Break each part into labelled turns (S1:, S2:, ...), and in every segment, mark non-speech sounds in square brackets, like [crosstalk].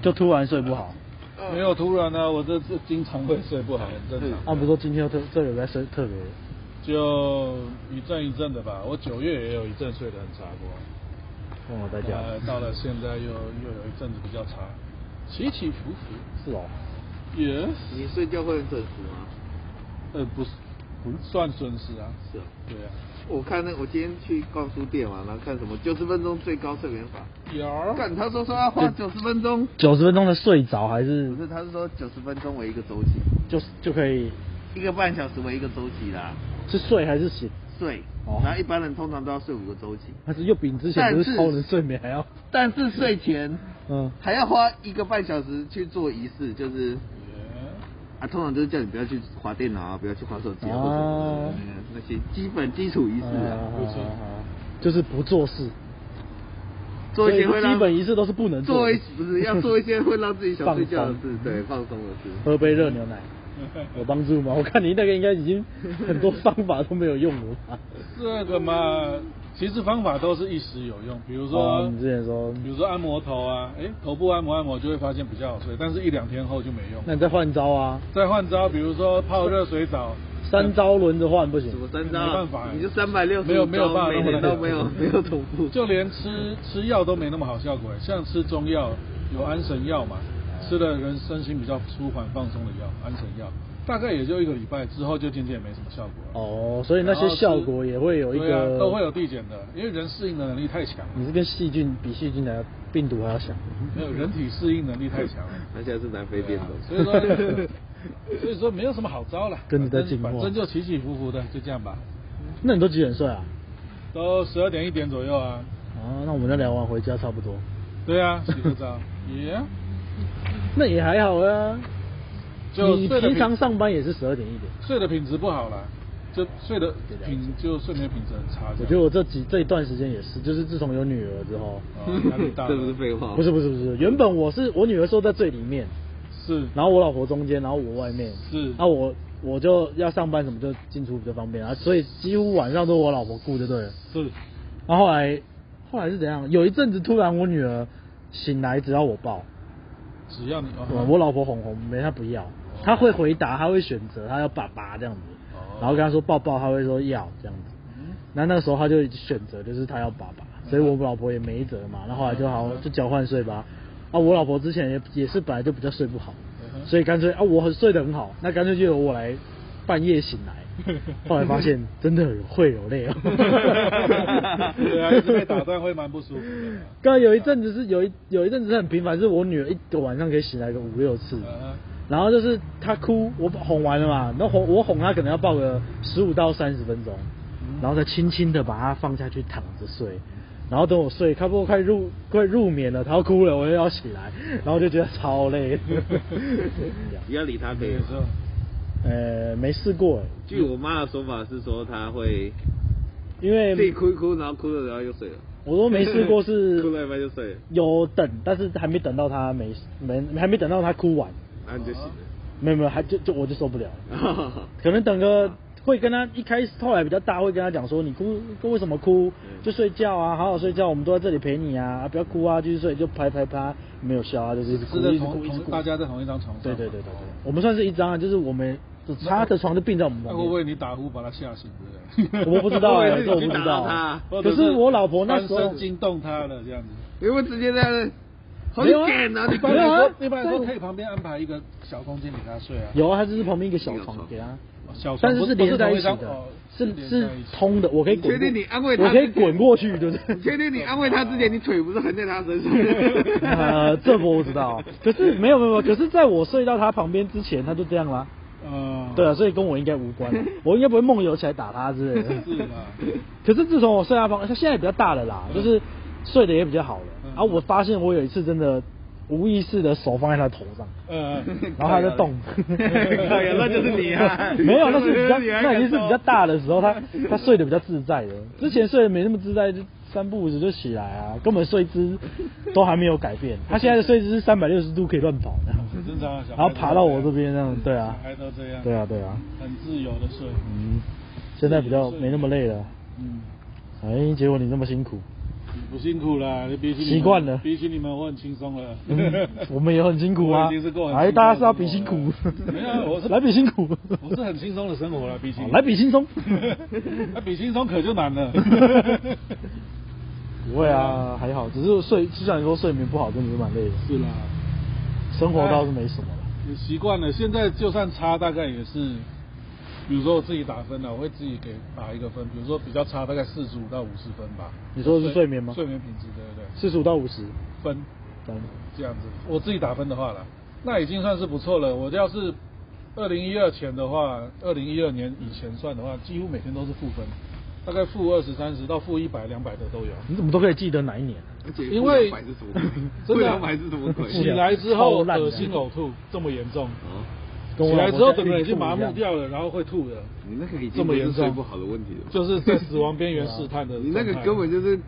S1: 就突然睡不好。
S2: 没有突然啊，我这这经常会睡不好，很正
S1: 啊，
S2: 常。
S1: 不是说今天又特这礼拜睡特别，
S2: 就一阵一阵的吧，我九月也有一阵睡得很差过，
S1: 跟哦我在家。
S2: 呃，到了现在又又有一阵子比较差，起起伏伏。
S1: 是哦，
S2: Yes，
S3: 你睡觉会很准时吗？
S2: 呃，不是，不是算损失啊。
S3: 是啊
S2: 对啊。
S3: 我看那我今天去逛书店嘛，然后看什么九十分钟最高睡眠法，
S2: 有儿。 [laughs]
S3: 干他说说要花九十分钟，
S1: 九十分钟的睡着还是
S3: 不是他是说九十分钟为一个周期，
S1: 就就可以
S3: 一个半小时为一个周期啦，
S1: 是睡还是醒？
S3: 睡
S1: 哦，
S3: 然后一般人通常都要睡五个周期，
S1: 还是又比你之前不
S3: 但
S1: 是
S3: 是
S1: 超人睡眠还要？
S3: 但是睡前
S1: 嗯，
S3: 还要花一个半小时去做仪式，就是
S2: Yeah
S3: 啊，通常就是叫你不要去划电脑啊，不要去划手机啊，或者什么的
S1: 啊
S3: 那些基本基础仪式啊，
S1: 嗯嗯嗯嗯就是不做事，
S3: 做一些会让
S1: 基本仪式都是不能做
S3: 做
S1: 的
S3: 一不是要做一些会让自己想睡觉
S1: [laughs] 放
S3: 的
S1: 呃
S3: 事
S1: 松，
S3: 对，放松的事。
S1: 喝杯热牛奶有帮助吗？我看你那个应该已经很多方法都没有用了 [laughs] 吧。
S2: 啊这个嘛，其实方法都是一时有用，比如
S1: 哦
S2: 说，
S1: 你之前说
S2: 比如说按摩头啊，诶，头部按摩按摩就会发现比较好睡，但是一两天后就没用。
S1: 那你再换招啊，
S2: 再换招，比如说泡热水澡，
S1: 三招轮着换不行
S3: 什。么三
S2: 没
S3: 招
S2: 办法？
S3: 你就三百六十
S2: 没有没有办法
S3: 每
S2: 那么
S3: 天都
S2: 累
S3: 没
S1: [laughs]
S3: 有没有重复。
S2: 就连吃吃药都没那么好效果，像吃中药有安神药嘛，
S1: 啊
S2: 吃了人身心比较舒缓放松的药，安神药，大概也就一个礼拜之后就渐渐也没什么效果了。
S1: 哦，所以那些效果也会有一
S2: 对啊
S1: 个，
S2: 都会有递减的，因为人适应的能力太强了，
S1: 你是跟细菌比细菌还要病毒还要强。
S2: 没有人体适应能力太强
S3: [laughs]
S2: 了。
S1: [laughs]
S3: 而且是南非变种，
S2: 对
S3: [laughs]
S2: 啊所以说，所以说没有什么好招了，
S1: 跟你在进化
S2: 反正就起起伏伏的，就这样吧，
S1: 那你都几点睡啊？
S2: 都十二点一点左右啊。
S1: 啊，那我们就聊完回家差不多。
S2: 对啊，洗个澡，耶、
S1: 那也还好啊。
S2: 就
S1: 你
S2: 睡得
S1: 平常
S2: 平
S1: 上班也是十二点一点。
S2: 睡的品质不好啦，就睡的品就睡眠品质很差。
S1: 我觉得我这几这一段时间也是，就是自从有女儿之后，
S2: 哦压力大了
S3: 这不是废
S2: 啊
S3: 话。
S1: 不是不是不是，原本我是我女儿坐在最里面，
S2: 是
S1: 然后我老婆中间，然后我外面，
S2: 是
S1: 啊我我就要上班什么就进出比较方便啊，所以几乎晚上都我老婆顾就对了。
S2: 是
S1: 然后后来后来是怎样？有一阵子突然我女儿醒来只要我抱，
S2: 只要你
S1: 我
S2: 哦，
S1: 我老婆哄哄没她不要，她会回答，她会选择，她要爸爸这样子
S2: 哦，，
S1: 然后跟她说抱抱，她会说要这样子。那那个时候她就选择就是她要爸爸，所以我老婆也没辙嘛。那后来就好就交换睡吧。啊，我老婆之前也也是本来就比较睡不好，所以干脆啊我很睡得很好，那干脆就由我来半夜醒来。后来发现真的有会有累哦
S2: [laughs] 对啊一直被打断会蛮不舒服的啊
S1: 刚刚有一阵子是有一有一阵子是很频繁，是我女儿一个晚上可以醒来个五六次，
S2: 嗯
S1: 然后就是她哭，我哄完了嘛，那哄我哄她可能要抱个十五到三十分钟，
S2: 嗯
S1: 然后再轻轻的把她放下去躺着睡，然后等我睡差不多快入快入眠了，她要哭了，我又要起来，然后就觉得超累。
S3: 不要理他可以吗。
S1: 呃，没试过哎，
S3: 据我妈的说法是说她会
S1: 因为
S3: 自己哭一哭，然后哭了然后又睡了。
S1: 哎我都没试过是
S3: [laughs] 哭了一半就睡了，
S1: 有等，但是还没等到她没没还没等到她哭完，
S3: 然后你就醒
S1: 没有没有，还就就我就受不了了。
S3: 了。
S1: 可能等个会跟他一开始后来比较大，会跟他讲说你哭为什么哭，
S2: 嗯
S1: 就睡觉啊，好好睡觉，我们都在这里陪你啊，啊不要哭啊，继续睡，就拍拍拍，没有笑啊，就是一直哭
S2: 是在
S1: 一直
S2: 同
S1: 哭一直
S2: 同
S1: 哭，
S2: 大家在同一张床上。
S1: 对对对对对，我们算是一张啊，就是我们就他的床就并在我们
S2: 那
S1: 旁
S2: 哎会不
S1: 边。
S2: 会你打呼把他吓醒之类的？
S1: 我不知道
S3: 会
S1: 哎、
S3: 不会是
S1: 这我不
S3: 已经
S1: 知
S3: 打
S1: 道
S3: 到
S1: 啊。
S3: 他
S1: 可是我老婆那时
S2: 翻
S1: 候
S2: 身惊动他了，这样子。
S3: [laughs] 你会直接在那里好
S1: 没有啊
S3: 点啊！你
S2: 一般
S1: 没
S2: 来
S1: 有啊
S2: 说，一般来说
S1: 对
S2: 可以旁边安排一个小空间给他睡啊。哦
S1: 有啊，他就是旁边一个小床给他，
S2: 小床
S1: 但
S2: 不
S1: 是
S2: 是
S1: 连在
S2: 不
S1: 一
S2: 是
S1: 起
S2: 同一张
S1: 的
S2: 哦，
S1: 是
S2: 连
S1: 是
S2: 在一起
S1: 通的，我可以滚过。
S3: 你确定你安慰他
S1: 我可以
S3: 之前
S1: 滚过去，对不对？[laughs]
S3: [laughs] 确定你安慰她之前，你腿不是横在她身上？
S1: 呃，这我不知
S3: [laughs]
S1: 道。可是没有没有，没有可是在我睡到他旁边之前，他就这样啦。
S2: 嗯，
S1: 对啊，所以跟我应该无
S2: [laughs]
S1: 关啊，我应该不会梦游起来打他之类的。
S2: 是啊嘛？
S1: [laughs] 可是自从我睡他旁，他现在比较大了啦，就是睡得也比较好了。
S2: 嗯
S1: 然后我发现我有一次真的无意识的手放在他头上，
S2: 呃，
S1: [laughs] 然后他就动。
S3: 靠呀那就是你啊
S1: [laughs] 没有，那是比较，
S3: 你还敢
S1: 那已经是比较
S3: 动
S1: 大的时候，他他睡得比较自在的。之前睡得没那么自在，就三不五时就起来啊，根本睡姿都还没有改变。他现在的睡姿是三百六十度可以乱跑的，
S2: 很正常啊。小孩
S1: 然后爬到我
S2: 都
S1: 这边这样，对啊
S2: 小，孩都这样。
S1: 对啊，对啊，
S2: 很自由的睡。
S1: 嗯，现在比较没那么累了。
S2: 嗯，
S1: 哎，结果你那么辛苦，
S2: 你不辛苦啦，你比起你们
S1: 习惯了
S2: 比起你们我很轻松了。
S1: 嗯我们也很辛苦啊
S2: [laughs] 我已经是够很
S1: 哎
S2: 辛苦
S1: 大家是要
S2: 的
S1: 比辛苦
S2: 了没有，我
S1: [laughs]
S2: 是
S1: 来比辛苦
S2: 我是很轻松的生活了，比起
S1: 好来比轻松
S2: [laughs] 那比轻松可就难
S1: [laughs]
S2: 了。
S1: 不会啊，还好，只是睡，就像你说睡眠不好，真的是蛮累的。
S2: 是啦，
S1: 生活倒是没什么了。
S2: 也习惯了。现在就算差，大概也是，比如说我自己打分了，我会自己给打一个分，比如说比较差，大概四十五到五十分吧。
S1: 你说的是睡眠吗
S2: 睡眠品质，对对对，
S1: 四十五到五十
S2: 分
S1: 分，
S2: 这样子，我自己打分的话啦，那已经算是不错了。我要是二零一二前的话，二零一二年以前算的话，几乎每天都是负分，大概负二十、三十到负一百、两百的都有。
S1: 你怎么都可以记得哪一年？
S4: 而且
S2: 因为
S4: 不良买是什么
S1: [laughs]
S4: 鬼？
S1: 啊
S2: 真
S4: 不
S2: 的啊
S4: 良买是什么
S2: [laughs]
S4: 鬼？
S1: 不
S2: 起
S1: 良
S2: 来之后
S1: 超烂的
S2: 恶心呕吐，这么严重。
S4: 哦，
S1: 跟我
S2: 起
S1: 老
S2: 来
S1: 婆
S2: 之后
S1: 现在
S2: 整个人已
S1: 一
S2: 经
S1: 模
S2: 麻
S1: 一
S2: 木
S1: 样
S2: 掉了，然后会吐的，
S4: 你那个已
S2: 这
S4: 经
S2: 么
S4: 不
S2: 严
S4: 是
S2: 重
S4: 睡不好的问题了，
S2: 就是在死亡边缘试探的
S4: [laughs] 你那个
S2: 状态
S4: 根本就是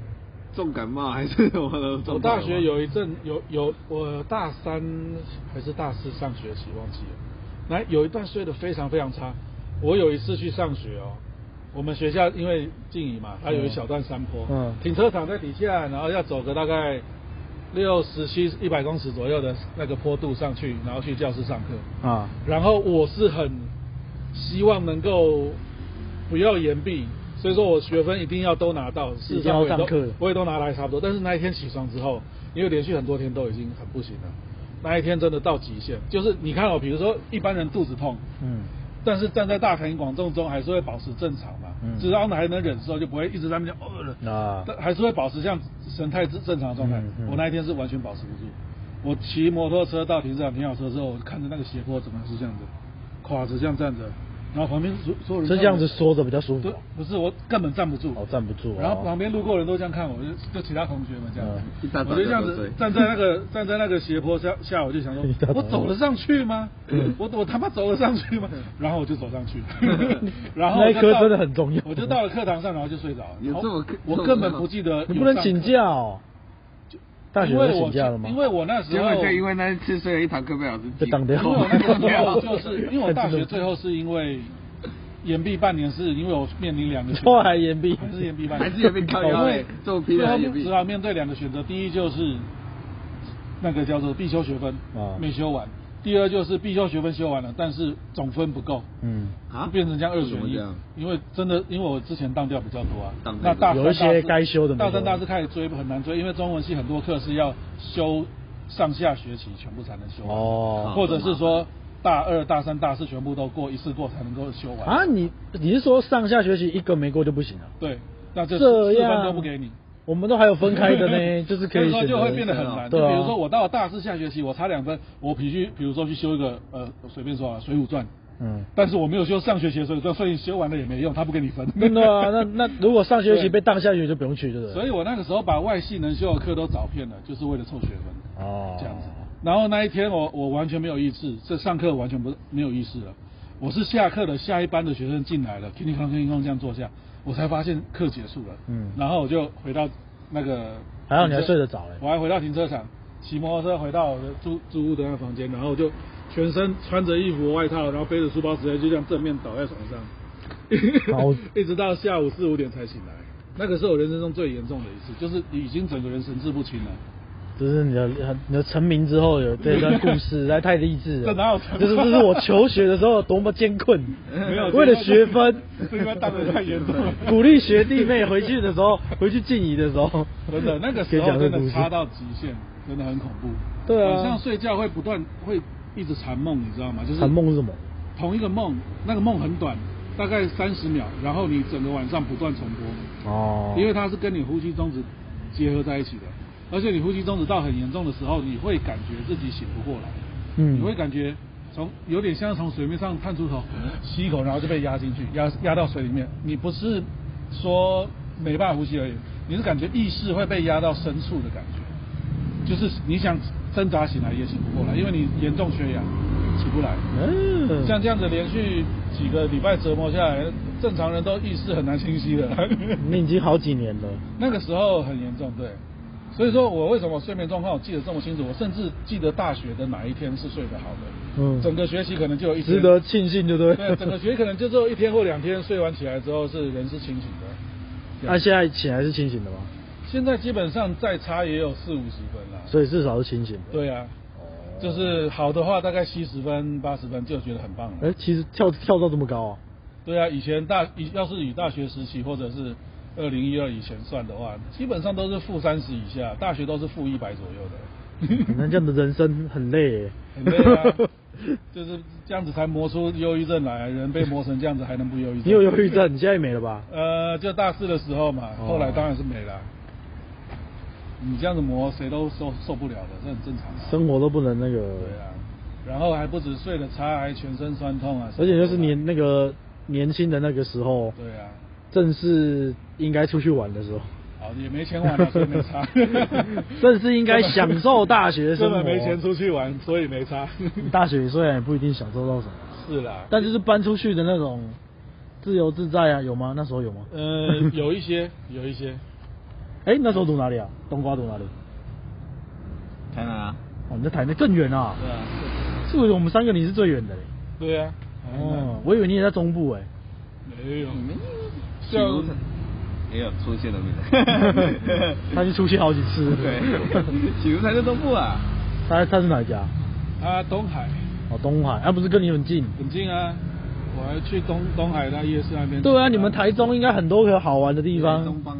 S4: 重感冒还是什么的状态吗。
S2: 我大学有一阵有有我大三还是大四上学期哦忘记了，来有一段睡得非常非常差。我有一次去上学哦，我们学校因为静怡嘛，它有一小段山坡，
S1: 嗯
S2: 停车场在底下，然后要走个大概六十七一百公尺左右的那个坡度上去，然后去教室上课。
S1: 啊，
S2: 然后我是很希望能够不要延毕，所以说我学分一定要都拿到，事实上我也
S1: 一定要上课
S2: 都我也都拿来差不多。但是那一天起床之后，因为连续很多天都已经很不行了，那一天真的到极限，就是你看哦，比如说一般人肚子痛，
S1: 嗯，
S2: 但是站在大庭广众中还是会保持正常嘛，
S1: 嗯
S2: 只要还能忍受，就不会一直在那边讲呃，
S1: 啊
S2: 但还是会保持像神态正正常的状态。
S1: 嗯嗯
S2: 我那一天是完全保持不住，我骑摩托车到停车场停好车之后，我看着那个斜坡怎么是这样子，垮着这样站着，然后旁边所所有人
S1: 是
S2: 都
S1: 这样子缩着比较舒服
S2: 对，不是我根本站不住，
S1: 哦站不住哦
S2: 然后旁边路过的人都这样看我，就就其他同学们这样
S4: 嗯一大
S2: 子，
S4: 早
S2: 我就这样
S4: 就喝
S2: 子
S4: 醉
S2: 站在那
S1: [laughs]
S2: 个站在那个斜坡下下，我就想说
S1: 一大早，
S2: 我走得上去吗
S1: 嗯？，
S2: 我我他妈走得上去吗？然后我就走上去了然后
S1: 那
S2: 我
S1: 一
S2: 就
S1: 刻
S2: 到
S1: 真的很重要
S2: 我就到了课堂上，然后就睡着了。
S4: 有这么
S2: 我
S4: 这么
S2: 根本不记得，
S1: 你不能请假。哦。大学
S2: 因
S1: 会
S2: 为
S1: 请
S2: 我
S1: 假了吗？
S2: 因为我那时
S4: 结果
S2: 候
S4: 就因为那一次睡了一堂课被老师
S1: 被
S4: 记
S1: 挡掉
S2: [laughs]
S3: [laughs]
S2: 因为我那个时候就是因为我大学最后是因为延毕半年，是因为我面临两个选择，
S1: 后来延毕
S2: 还是延毕半
S4: 还
S2: 年，
S4: 是也被靠腰哎，这么批
S2: 最后
S4: 的也被
S2: 只好面对两个选择，第一就是那个叫做必修学分
S1: 啊
S2: 没修完，第二就是必修学分修完了，但是总分不够，
S1: 嗯，
S4: 啊
S2: 变成这样二
S4: 为
S2: 选
S4: 什么
S2: 一
S4: 这样。
S2: 因为真的，因为我之前当掉比较多啊
S4: 当，掉
S2: 那大
S1: 有一些
S2: 大四
S1: 该修的没
S2: 大
S1: 修
S2: 三大四开始追很难追，因为中文系很多课是要修上下学期全部才能修完，
S1: 哦
S2: 或者是说大二大三大四全部都过一次过才能够修完
S1: 啊，你你是说上下学期一个没过就不行了？
S2: 对，那啊这
S1: 这
S2: 四
S1: 样
S2: 分都不给你。
S1: 我们都还有分开的
S2: [laughs]
S1: 呢，就是可以
S2: 所
S1: 选择。
S2: 以说就会变得很难。
S1: 对
S2: 就
S1: 啊，
S2: 比如说我到了大四下学期，我差两分，我必须比如说去修一个呃，我随便说啊，《水浒传》，
S1: 嗯，
S2: 但是我没有修上学期的《水浒传》，所以修完了也没用，他不给你分。
S1: 真的啊，那那如果上学期
S2: 对
S1: 被当下学期就不用去，对不对？
S2: 所以我那个时候把外系能修的课都找遍了，就是为了凑学分，
S1: 哦，
S2: 这样子。然后那一天我我完全没有意识，这上课完全不没有意识了。我是下课的下一班的学生进来了，叮叮哐叮哐这样坐下，我才发现课结束了。
S1: 嗯
S2: 然后我就回到那个，
S1: 还好你还睡得着嘞欸
S2: 我还回到停车场，骑摩托车回到我的租租屋的那个房间，然后我就全身穿着衣服外套，然后背着书包直接就这样正面倒在床
S1: 好
S2: 上， [laughs] 一直到下午四五点才醒来。那个是我人生中最严重的一次，就是已经整个人神志不清了。
S1: 这是你的你的成名之后有这一段故事，实在太励志
S2: [laughs]
S1: 了。
S2: 这哪有成名
S1: 这是这是我求学的时候多么艰困，
S2: 没有
S1: 为了学分，
S2: 这一关当得太严重了
S1: 鼓励学弟妹回去的时候，回去静怡的时候，
S2: 真的，那个时
S1: 可以讲
S2: 候
S1: 这
S2: 真
S1: 故
S2: 的
S1: 事
S2: 差到极限，真的很恐怖。
S1: 对啊
S2: 晚上睡觉会不断会一直缠梦，你知道吗？就是
S1: 谈梦是什么？
S2: 同一个梦，那个梦很短，大概三十秒，然后你整个晚上不断重播，
S1: 哦
S2: 因为它是跟你呼吸终止结合在一起的，而且你呼吸终止到很严重的时候，你会感觉自己醒不过来，
S1: 嗯
S2: 你会感觉从有点像从水面上探出头，吸一口，然后就被压进去，压压到水里面。你不是说没办法呼吸而已，你是感觉意识会被压到深处的感觉，就是你想挣扎醒来也醒不过来，因为你严重缺氧，起不来。
S1: 嗯，
S2: 像这样子连续几个礼拜折磨下来，正常人都意识很难清晰的。
S1: 你已经好几年了，
S2: [laughs] 那个时候很严重，对。所以说我为什么睡眠状况我记得这么清楚？我甚至记得大学的哪一天是睡得好的，
S1: 嗯
S2: 整个学期可能就有一天
S1: 值得庆幸，对不对？
S2: 对，整个学期可能就只有一天或两天睡完起来之后是人是清醒
S1: [laughs]
S2: 的。
S1: 啊那、现在起来是清醒的吗？
S2: 现在基本上再差也有四五十分了。
S1: 所以至少是清醒的。
S2: 对啊，就是好的话大概七十分、八十分就觉得很棒
S1: 哎、
S2: 了。
S1: 其实跳跳到这么
S2: [laughs]
S1: 高啊，
S2: 对啊，以前大以要是以大学时期或者是二零一二以前算的话，基本上都是负三十以下，大学都是负一百左右的。 [laughs]
S1: 那这样的人生很累耶。
S2: 很累
S1: [laughs]
S2: 啊， [laughs] 就是这样子才磨出忧郁症来，人被磨成这样子还能不忧郁症？
S1: 你有忧郁？症，你现在没了吧？
S2: [laughs] 呃，就大四的时候嘛，
S1: 哦
S2: 后来当然是没了。你这样子磨，谁都受受不了的，这很正常、啊。
S1: 生活都不能那个。
S2: 对啊，然后还不止睡得差，还全身酸痛啊。
S1: 而且就是年
S2: 年
S1: 那个年轻的那个时候，
S2: 对啊，
S1: 正是应该出去玩的时候。。
S2: 好也没钱玩了，所以没差
S1: [laughs] 正是应该享受大学生活
S2: 根本没钱出去玩，所以没
S1: [laughs]
S2: 差。
S1: 大学虽然也不一定享受到什么，
S2: 是啦，
S1: 但就是搬出去的那种自由自在啊，有吗？那时候有吗？ [laughs]
S2: 呃，有一些，有一些。
S1: 哎、那时候读哪里啊？冬瓜读哪里？
S3: 台南啊，
S1: 哦，你在台南更远啊，
S2: 对啊，
S1: 是不是我们三个你是最远的嘞？
S2: 对啊。
S1: 哦，我以为你也在中部哎、
S2: [laughs] 没有，
S3: 你们
S2: 像
S3: 几乎是也有出现的名
S1: [laughs] 他已经出现好几次了
S3: 对，喜如才是东部啊，
S1: [laughs] 他他是哪一家？
S2: 啊，东海
S1: 哦，东海，啊，不是跟你很近？
S2: 很近啊，我还去东东海那夜市那边吃饭。
S1: 对啊，你们台中应该很多个好玩的地
S3: 东
S1: 方，
S3: 方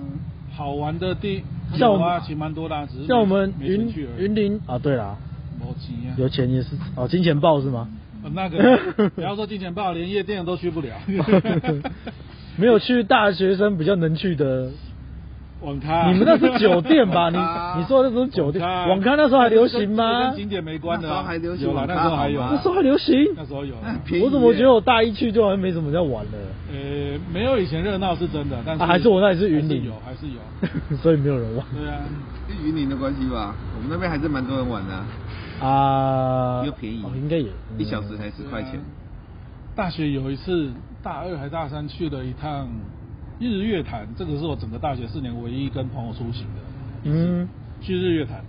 S2: 好玩的地，
S1: 像我
S2: 有啊，
S1: 们
S2: 其实蛮多的啊，只是
S1: 像我们
S2: 没
S1: 云
S2: 没钱去而已
S1: 云林啊，对啦，
S2: 没钱啊，
S1: 有钱也是哦，金钱豹是
S2: [laughs]
S1: 吗？
S2: 呃
S1: [laughs]
S2: 那个不要说金钱豹，连夜店都去不了。 [laughs] 啊
S1: 没有去大学生比较能去的，
S2: 网咖，
S1: 你们那是酒店
S2: [laughs]
S1: 吧？
S3: 网咖
S1: 你你说的那时候酒店，网咖那时候还流行吗
S2: 跟？景点没关的
S4: 那时
S2: 啊，
S4: 候还流行
S2: 有啦
S4: 网咖
S2: 那时候还有啊，
S1: 那时候还流行？
S2: 那时候有啊，
S3: 便宜耶
S1: 我怎么觉得我大一去就好像没什么在
S2: [laughs]
S1: 玩了？
S2: 呃，没有以前热闹是真的，但是
S1: 啊还是我那里是云林
S2: 还是有，还是有，
S1: 所以没有人玩 [laughs]
S2: 对啊，
S3: 是云林的关系吧？我们那边还是蛮多人玩的啊，
S1: 啊。
S3: 又便宜
S1: 哦应该也
S3: 一小时才十块钱
S2: 对啊。大学有一次，大二还大三去了一趟日月潭，这个是我整个大学四年唯一跟朋友出行的，
S1: 嗯，
S2: 去日月潭。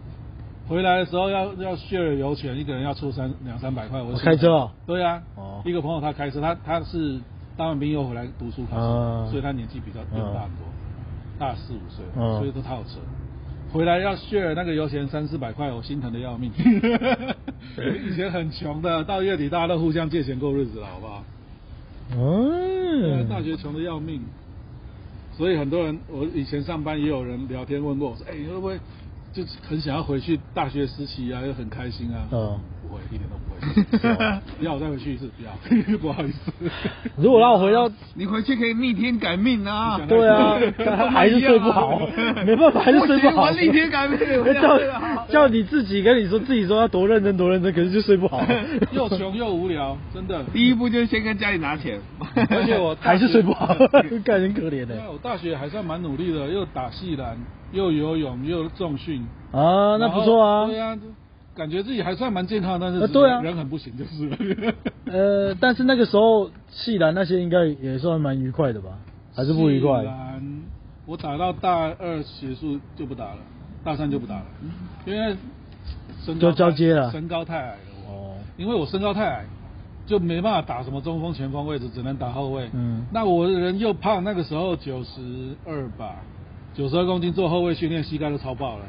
S2: 回来的时候要要 share 油钱，一个人要出三两三百块。我
S1: 我开车哦
S2: 对啊，
S1: 哦
S2: 一个朋友他开车，他他是当完兵又回来读书考试，
S1: 啊
S2: 所以他年纪比较比我大很
S1: 哦
S2: 多，大四五岁，
S1: 嗯
S2: 所以都他有车。回来要 share 那个油钱三四百块，我心疼的要命。 [laughs] 以前很穷的，到月底大家都互相借钱过日子了，好不好？对啊
S1: 嗯，
S2: 大学穷的要命，所以很多人，我以前上班也有人聊天问过我说：“哎、你会不会就是很想要回去大学时期啊？又很开心啊？”
S1: 嗯
S2: 不会，一点都不会。
S1: [laughs]
S2: 要我再回去一次，不要，不好意思。
S1: 如果让我回到
S3: 你回去可以逆天改命啊！
S1: 对啊，还是睡不
S2: [laughs]
S1: 好，没办法，还是睡不好。
S3: 我喜欢逆天改命，我想睡得
S1: 叫
S3: 好
S1: 叫你自己跟你说自己说要多认真多认真，可是就睡不好。
S2: [laughs] 又
S1: [laughs]
S2: 穷又无聊，真的。
S3: 第一步就是先跟家里拿钱，
S2: 而且我大
S1: 还
S2: 学
S1: 是睡不
S2: [laughs]
S1: 好，感觉可怜欸
S2: 对
S1: 的
S2: 啊，我大学还算蛮努力的，又打戏篮，又游泳，又重训。
S1: 啊，那不错啊
S2: 然后。对啊，感觉自己还算蛮健康，但是
S1: 呃对啊
S2: 人很不行就是了。
S1: 呃，但是那个时候戏兰那些应该也算蛮愉快的吧，还是不愉快
S2: 既？然我打到大二结束就不打了，大三就不打了，因为身高
S1: 就交接了
S2: 身高太矮了我。
S1: 哦，
S2: 因为我身高太矮，就没办法打什么中锋、前锋位置，只能打后卫。
S1: 嗯
S2: 那我人又胖，那个时候九十二吧，九十二公斤做后卫训练，膝盖都超爆了。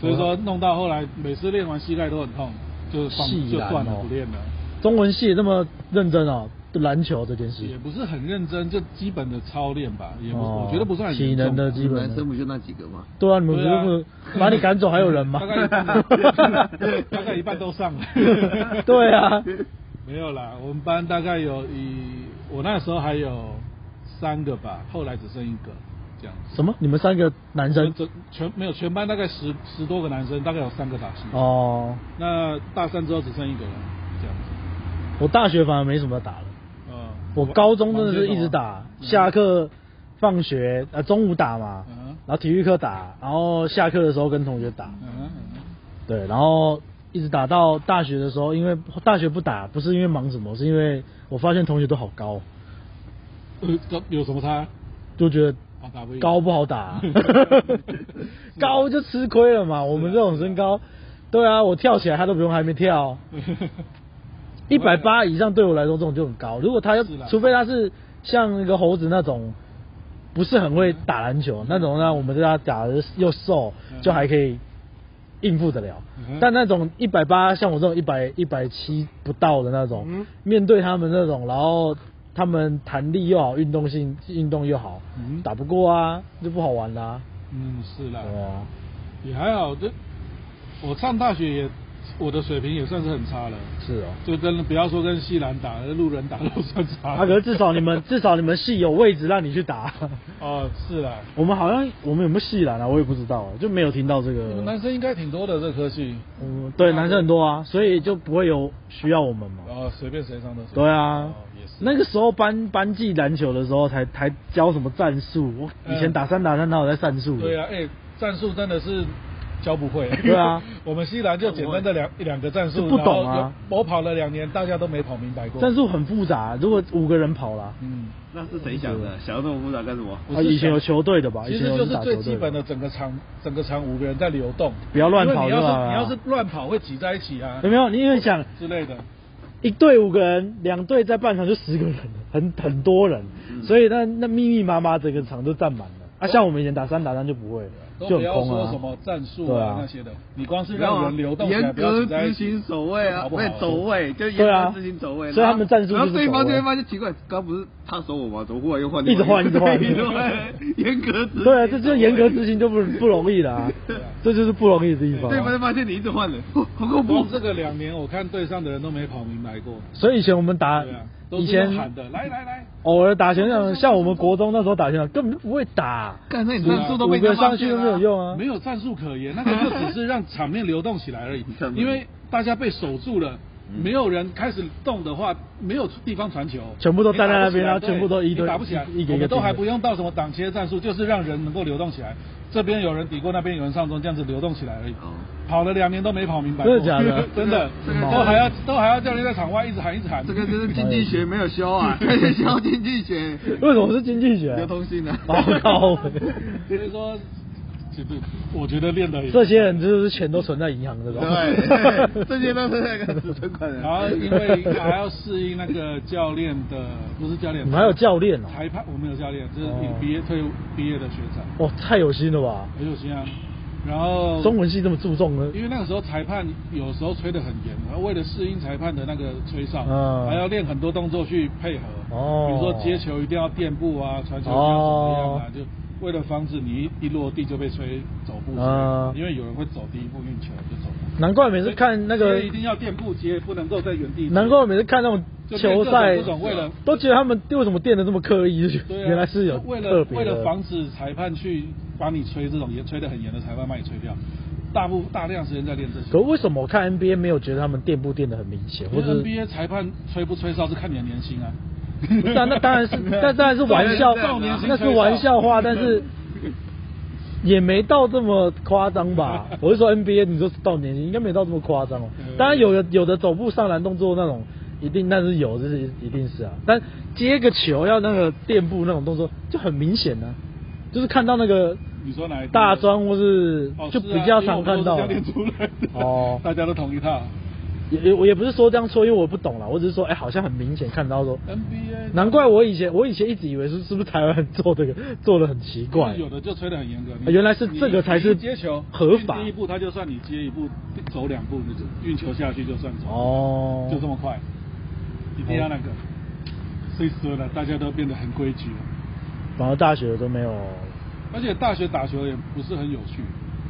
S2: 所以说弄到后来，每次练完膝盖都很痛，就放
S1: 细
S2: 就
S1: 篮
S2: 断了
S1: 哦
S2: 不练了，
S1: 中文系也这么认真哦，篮球这件事
S2: 也不是很认真，就基本的操练吧，也不、
S1: 哦
S2: 我觉得不算很
S1: 体
S2: 严重
S1: 能的
S2: 吧
S1: 基本
S3: 男生不就那几个吗？
S1: 对啊，你们不
S2: 对啊
S1: 是不把你赶走还有人吗。
S2: 大？概一半 [laughs] 大概一半都上了
S1: [laughs] [laughs]
S4: [laughs]
S1: 对啊，
S2: 没有啦，我们班大概有以我那时候还有三个吧，后来只剩一个这样子。
S1: 什么？你们三个男
S2: 我
S1: 生
S2: 们？整全没有全班大概十十多个男生，大概有三个打戏。
S1: 哦，
S2: 那大三之后只剩一个了，这样子。
S1: 我大学反而没什么打了，
S2: 嗯，
S1: 我高中真的是一直打
S2: 王，建龙
S1: 下
S2: 啊
S1: 课、放学呃中午打嘛，
S2: 嗯
S1: 然后体育课打，然后下课的时候跟同学打，
S2: 嗯嗯嗯
S1: 对，然后一直打到大学的时候，因为大学不打不是因为忙什么，是因为我发现同学都好高，
S2: 嗯，呃，有什么差？
S1: 就觉得
S2: 啊，打不赢。
S1: 高不好
S2: [laughs]
S1: 打、 [laughs]
S2: 啊
S1: 高就吃亏了嘛。我们这种身高，对啊，我跳起来他都不用，还没跳，一百八以上对我来说这种就很高。如果他要
S2: 是啦，
S1: 除非他是像那个猴子那种不是很会打篮
S2: 嗯
S1: 球那种，那我们对他打的又瘦，就还可以应付得了
S2: 嗯哼。
S1: 但那种一百八，像我这种一百一百七不到的那
S2: 嗯
S1: 种，面对他们那种，然后他们弹力又好，运动性运动又好
S2: 嗯，
S1: 打不过啊，就不好玩啦。
S2: [laughs] 嗯，是啦，
S1: 对啊，
S2: 也还好。这我上大学也，我的水平也算是很差了，
S1: 是哦。
S2: 就跟不要说跟西兰打，跟路人打都算
S1: [laughs]
S2: 差。
S1: 啊，可是至少你们至少你们系有位置让你去打。
S2: [laughs] 哦，是啦，
S1: 我们好像我们有没有系篮啊？我也不知道啊，就没有听到这
S2: 你
S1: 个
S2: 们。男生应该挺多的这科系，
S1: 嗯，对，男生很多啊，所以就不会有需要我们嘛。
S2: 然后随便谁上都行。
S1: 对啊
S2: 哦也是，
S1: 那个时候班班级篮球的时候才才教什么战术，我
S2: 嗯
S1: 以前打三打三哪有在战术？
S2: 对啊，，哎、战术真的是教不会。
S1: 对啊，
S2: [laughs] 我们西兰就简单的两一两个战术，
S1: 就不懂啊
S2: 然后有。我跑了两年，大家都没跑明白过。
S1: 战，术很复杂，如果五个人跑了，
S2: 嗯，
S3: 那是谁想的？想要这么复杂干什么？
S2: 不
S1: 啊，
S2: 是
S1: 以前有球队的吧？
S2: 其
S1: 以
S2: 实
S1: 前有
S2: 就
S1: 人
S2: 是
S1: 打
S2: 最
S1: 球
S2: 基
S1: 队
S2: 本
S1: 的
S2: 的整个场，整个场五个人在流动，
S1: 不要乱跑
S2: 因为你
S1: 就
S2: 要
S1: 好了
S2: 是
S1: 啊哎
S2: 你要是乱跑会挤在一起啊
S1: 有没有？你因为想
S2: 之类的。
S1: 一队五个人，两队在半场就十个人，很很多人，
S2: 嗯
S1: 所以那那密密麻麻整个场都占满了。啊，像我们以前打三打三就不会了，
S2: 都
S1: 就
S2: 不
S1: 很
S2: 要
S1: 空
S2: 说
S1: 啊。
S2: 什么战术
S1: 对
S2: 啊
S1: 啊
S2: 那些的，你光是
S4: 然
S2: 让
S4: 后
S2: 人流动起来
S4: 啊严
S2: 不要
S4: 格
S2: 挤在一
S4: 执
S2: 起
S4: 行守卫
S2: 就
S4: 啊
S2: 跑，不好
S4: 对，守卫就严
S1: 对啊
S4: 格执行守卫。
S1: 所以他们战术就是
S4: 然后对
S1: 守
S4: 方
S1: 卫
S4: 就会发现奇怪，刚不是他守我吗？怎么忽然又换
S1: 一直换
S4: 另外一个
S1: 一直
S4: [laughs] 对严格执行。
S1: 对啊，这就是严格执行就不不容易啦、啊
S2: 啊
S1: 这就是不容易的地方
S4: 对
S1: 啊、
S4: 方就发现你一直换人，哦好恐怖
S2: 光。这个两年，我看队上的人都没跑明白过。
S1: 所以以前我们打，
S2: 对啊，都
S1: 以
S2: 是用
S1: 前
S2: 喊的，来来来，
S1: 偶尔打拳场，像我们国中那时候打拳场根本就不会打，
S4: 干，那你
S2: 是啊
S4: 战术都
S1: 五
S4: 被
S1: 个
S4: 人家发
S1: 上
S4: 现
S1: 去
S4: 了。
S1: 都没有用啊
S2: 没。有战术可言，那 [laughs] 个就只是让场面流动起来而已
S4: [laughs]
S2: 因为大家被守住了，
S4: 嗯
S2: 没有人开始动的话，没有地方传球，
S1: 全部都站在那边
S2: 你打不起来
S1: 然后全部都一对
S2: 你打不起来，
S1: 一一个一个
S2: 我们
S1: 进
S2: 都
S1: 的
S2: 还不用到什么挡切战术，就是让人能够流动起来。这边有人抵过，那边有人上中，这样子流动起来而已。
S4: 哦
S2: 跑了两年都没跑明白，
S1: 真的假的
S2: [laughs] 真的
S4: 这个，
S2: 都还要都还要教练在场外一直喊一直喊。
S4: 这个就是经济学没有修
S3: [laughs]
S4: 啊，没有修经济学，
S1: 为什么是经济学？
S4: 流通性啊。
S1: 报
S2: [laughs]
S1: 告，
S2: 所以说，其实我觉得练的也
S1: 这些人就是钱都存在银行这种。 [laughs]
S4: 对，这些都是那个只存
S3: [laughs]
S4: 款人。
S2: 然后因为还要适应那个教练的，不是教练，
S1: 你们还有教练哦
S2: 裁判我们有教练，这是
S1: 哦
S2: 毕业退伍毕业的学长，
S1: 哇，太有心了吧！
S2: 很有心啊。然后
S1: 中文系这么注重呢？
S2: 因为那个时候裁判有时候吹得很严，然后为了适应裁判的那个吹哨，
S1: 嗯
S2: 还要练很多动作去配合。
S1: 哦
S2: 比如说接球一定要垫步啊，传球一定要怎么样啊，就为了防止你一一落地就被吹走步之类的
S1: 嗯
S2: 因为有人会走第一步运球就走步。
S1: 难怪每次看那
S2: 所
S1: 个
S2: 以一定要垫步接，不能够在原地接。
S1: 难怪我每次看那种球赛
S2: 就变各种各种为了，
S1: 都觉得他们为什么垫的这么刻意，就觉得
S2: 对啊，
S1: 原来是有
S2: 为
S1: 特
S2: 了
S1: 别
S2: 为
S1: 的。
S2: 了防止裁判去把你吹这种也吹得很严的裁判把你吹掉，大部大量时间在练这些。
S1: 可为什么我看 NBA 没有觉得他们垫步垫的很明显，或
S2: 因为
S1: 者
S2: NBA 裁判吹不吹哨是看你的年薪啊。
S1: 不是啊，那当
S2: [laughs]
S1: 然是，那当然是玩笑
S2: 这种年，轻
S1: 那是玩笑话，但是也没到这么夸张
S2: [laughs]
S1: 吧？我是说 NBA，你说到年龄应该没到这么夸张哦
S2: 嗯。
S1: 当然有的有的走步上篮动作那种，一定那是有，这是一定是啊。但接个球要那个垫步那种动作就很明显呢、啊就是看到那个
S2: 你说哪一队
S1: 大专或是
S2: 哦
S1: 就是
S2: 啊
S1: 比较常看到
S2: 因为我们都是教练出来的 [laughs]
S1: 哦
S2: 大家都同一套。
S1: 也也我也不是说这样说，因为我不懂了，我只是说哎、好像很明显看到说。
S2: NBA
S1: 难怪我以前我以前一直以为是是不是台湾做这个做的很奇怪，
S2: 有的就吹得很严格。
S1: 啊
S2: 你
S1: 原来是这个才是
S2: 你接球
S1: 合法
S2: 运第一步他就算你接一步，走两步你就运球下去就算走。
S1: 哦
S2: 就这么快，一定要那个。
S1: 哦
S2: 所以说呢，大家都变得很规矩了，
S1: 反而大学都没有
S2: 而且大学打球也不是很有趣，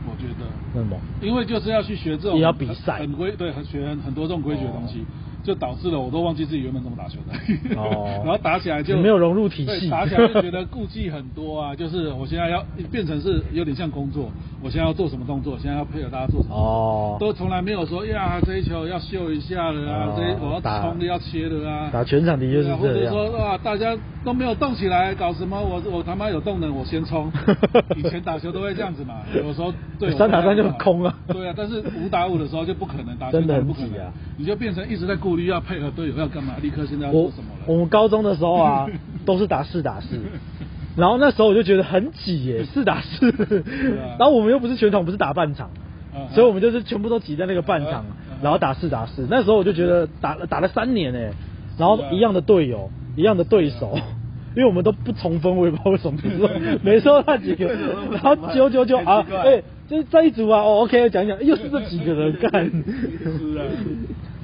S2: 我觉得，
S1: 那么
S2: 因为就是要去学这
S1: 嗯
S2: 种
S1: 也要比赛
S2: 很规对，很学很很多这种规矩的东西。就导致了我都忘记自己原本怎么打球的，
S1: 哦
S2: [laughs] 然后打起来就
S1: 你没有融入体系
S2: 对打起来就觉得顾忌很多啊。就是我现在要变成是有点像工作，我现在要做什么动作，现在要配合大家做什么动作
S1: 哦，
S2: 都从来没有说呀，这一球要秀一下了啊，
S1: 哦
S2: 这一我要
S1: 打
S2: 冲的要切的啊，
S1: 打全场的就是
S2: 对啊或
S1: 这
S2: 者
S1: 样。
S2: 说哇，大家都没有动起来，搞什么？我我他妈有动能，我先冲
S1: [laughs]
S2: 以前打球都会这样子嘛，有时候对
S1: 三打三就很空啊
S2: 对啊，但是五打五的时候就不可能打，
S1: 真的很
S2: 不可
S1: 挤
S2: 能
S1: 啊，
S2: 你就变成一直在顾虑要配合队友要干嘛，立刻现在要做
S1: 我
S2: 什么
S1: 我
S2: 了。
S1: 们高中的时候啊，
S2: [laughs]
S1: 都是打四打四，然后那时候我就觉得很挤
S2: [laughs]
S1: 耶，四打四
S2: 啊，
S1: 然后我们又不是全场，不是打半场
S2: 嗯，
S1: 所以我们就是全部都挤在那个半场
S2: 嗯嗯，
S1: 然后打四打四。那时候我就觉得打了打了三年哎，然后
S2: 是啊啊
S1: 一样的队友，一样的对手，因为我们都不重分，我也不知道为什么，每次都
S2: [laughs]
S1: 每次都那几个，然后九九九啊，
S2: 很奇怪
S1: 哎、就是这一组啊，哦，OK，讲一讲，又是这几个
S2: [laughs]
S1: 人干，
S2: 是啊，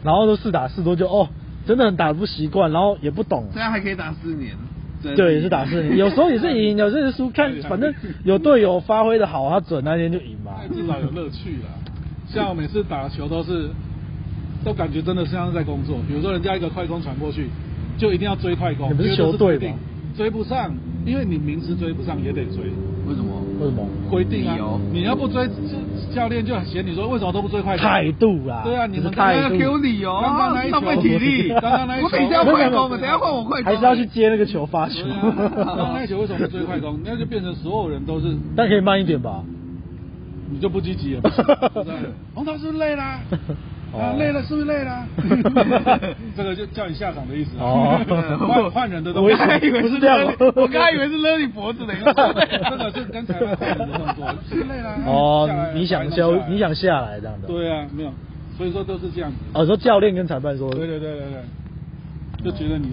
S1: 然后都四打四多就哦，真的很打不习惯，然后也不懂，
S3: 这样还可以打四年，真
S1: 对，也是打四年，有时候也是赢，有时候也是输，看反正有队友发挥的好，他准那天就赢嘛
S2: 但。至少有乐趣啦。像我每次打球都是，都感觉真的像是在工作。比如说人家一个快攻传过去，就一定要追快攻，
S1: 你不是
S2: 因为这
S1: 球队
S2: 规定
S1: 吗
S2: 追不上，因为你明知追不上也得追，
S3: 为什么？
S1: 为什么？
S2: 规定
S1: 哎
S2: 啊
S3: 理由。
S2: 你要不追，这教练就嫌你说为什么都不追快攻？
S1: 态度啦，
S2: 对啊，你
S1: 就是
S2: 们
S1: 态度
S2: 刚刚
S3: 给我理由啊
S2: 刚刚那一球
S3: 浪费
S1: [laughs]
S3: 体力
S2: 刚刚那一球，啊
S3: 我等一下要快攻等一下换我快攻
S1: 还是要去接那个球发球
S2: 对。啊刚刚那一球为什么不追快攻？那就变成所有人都是
S1: 但可以慢一点吧。
S2: 你就不积极了。
S1: [laughs]
S2: 红桃是不是累啦？
S1: 哦
S2: 啊，累了 [laughs] 是不是累啦？这个就叫你下场的意思啊。
S1: 哦
S2: 换换人的
S1: [laughs]
S2: 动
S1: 我
S2: 作
S1: 也，以为是这样吗
S2: [laughs]
S3: 我刚才以为是勒你脖子嘞。
S1: [laughs]
S2: 这个就跟裁判换人的动作，是不是累啦？下
S1: 哦
S2: 来，
S1: 你想
S2: 下来
S1: 消
S2: 弄下，来
S1: 你想下来这样的。。
S2: 对啊，没有，所以说都是这样子。
S1: 哦，说教练跟裁判说，
S2: 对对对对对，就觉得你，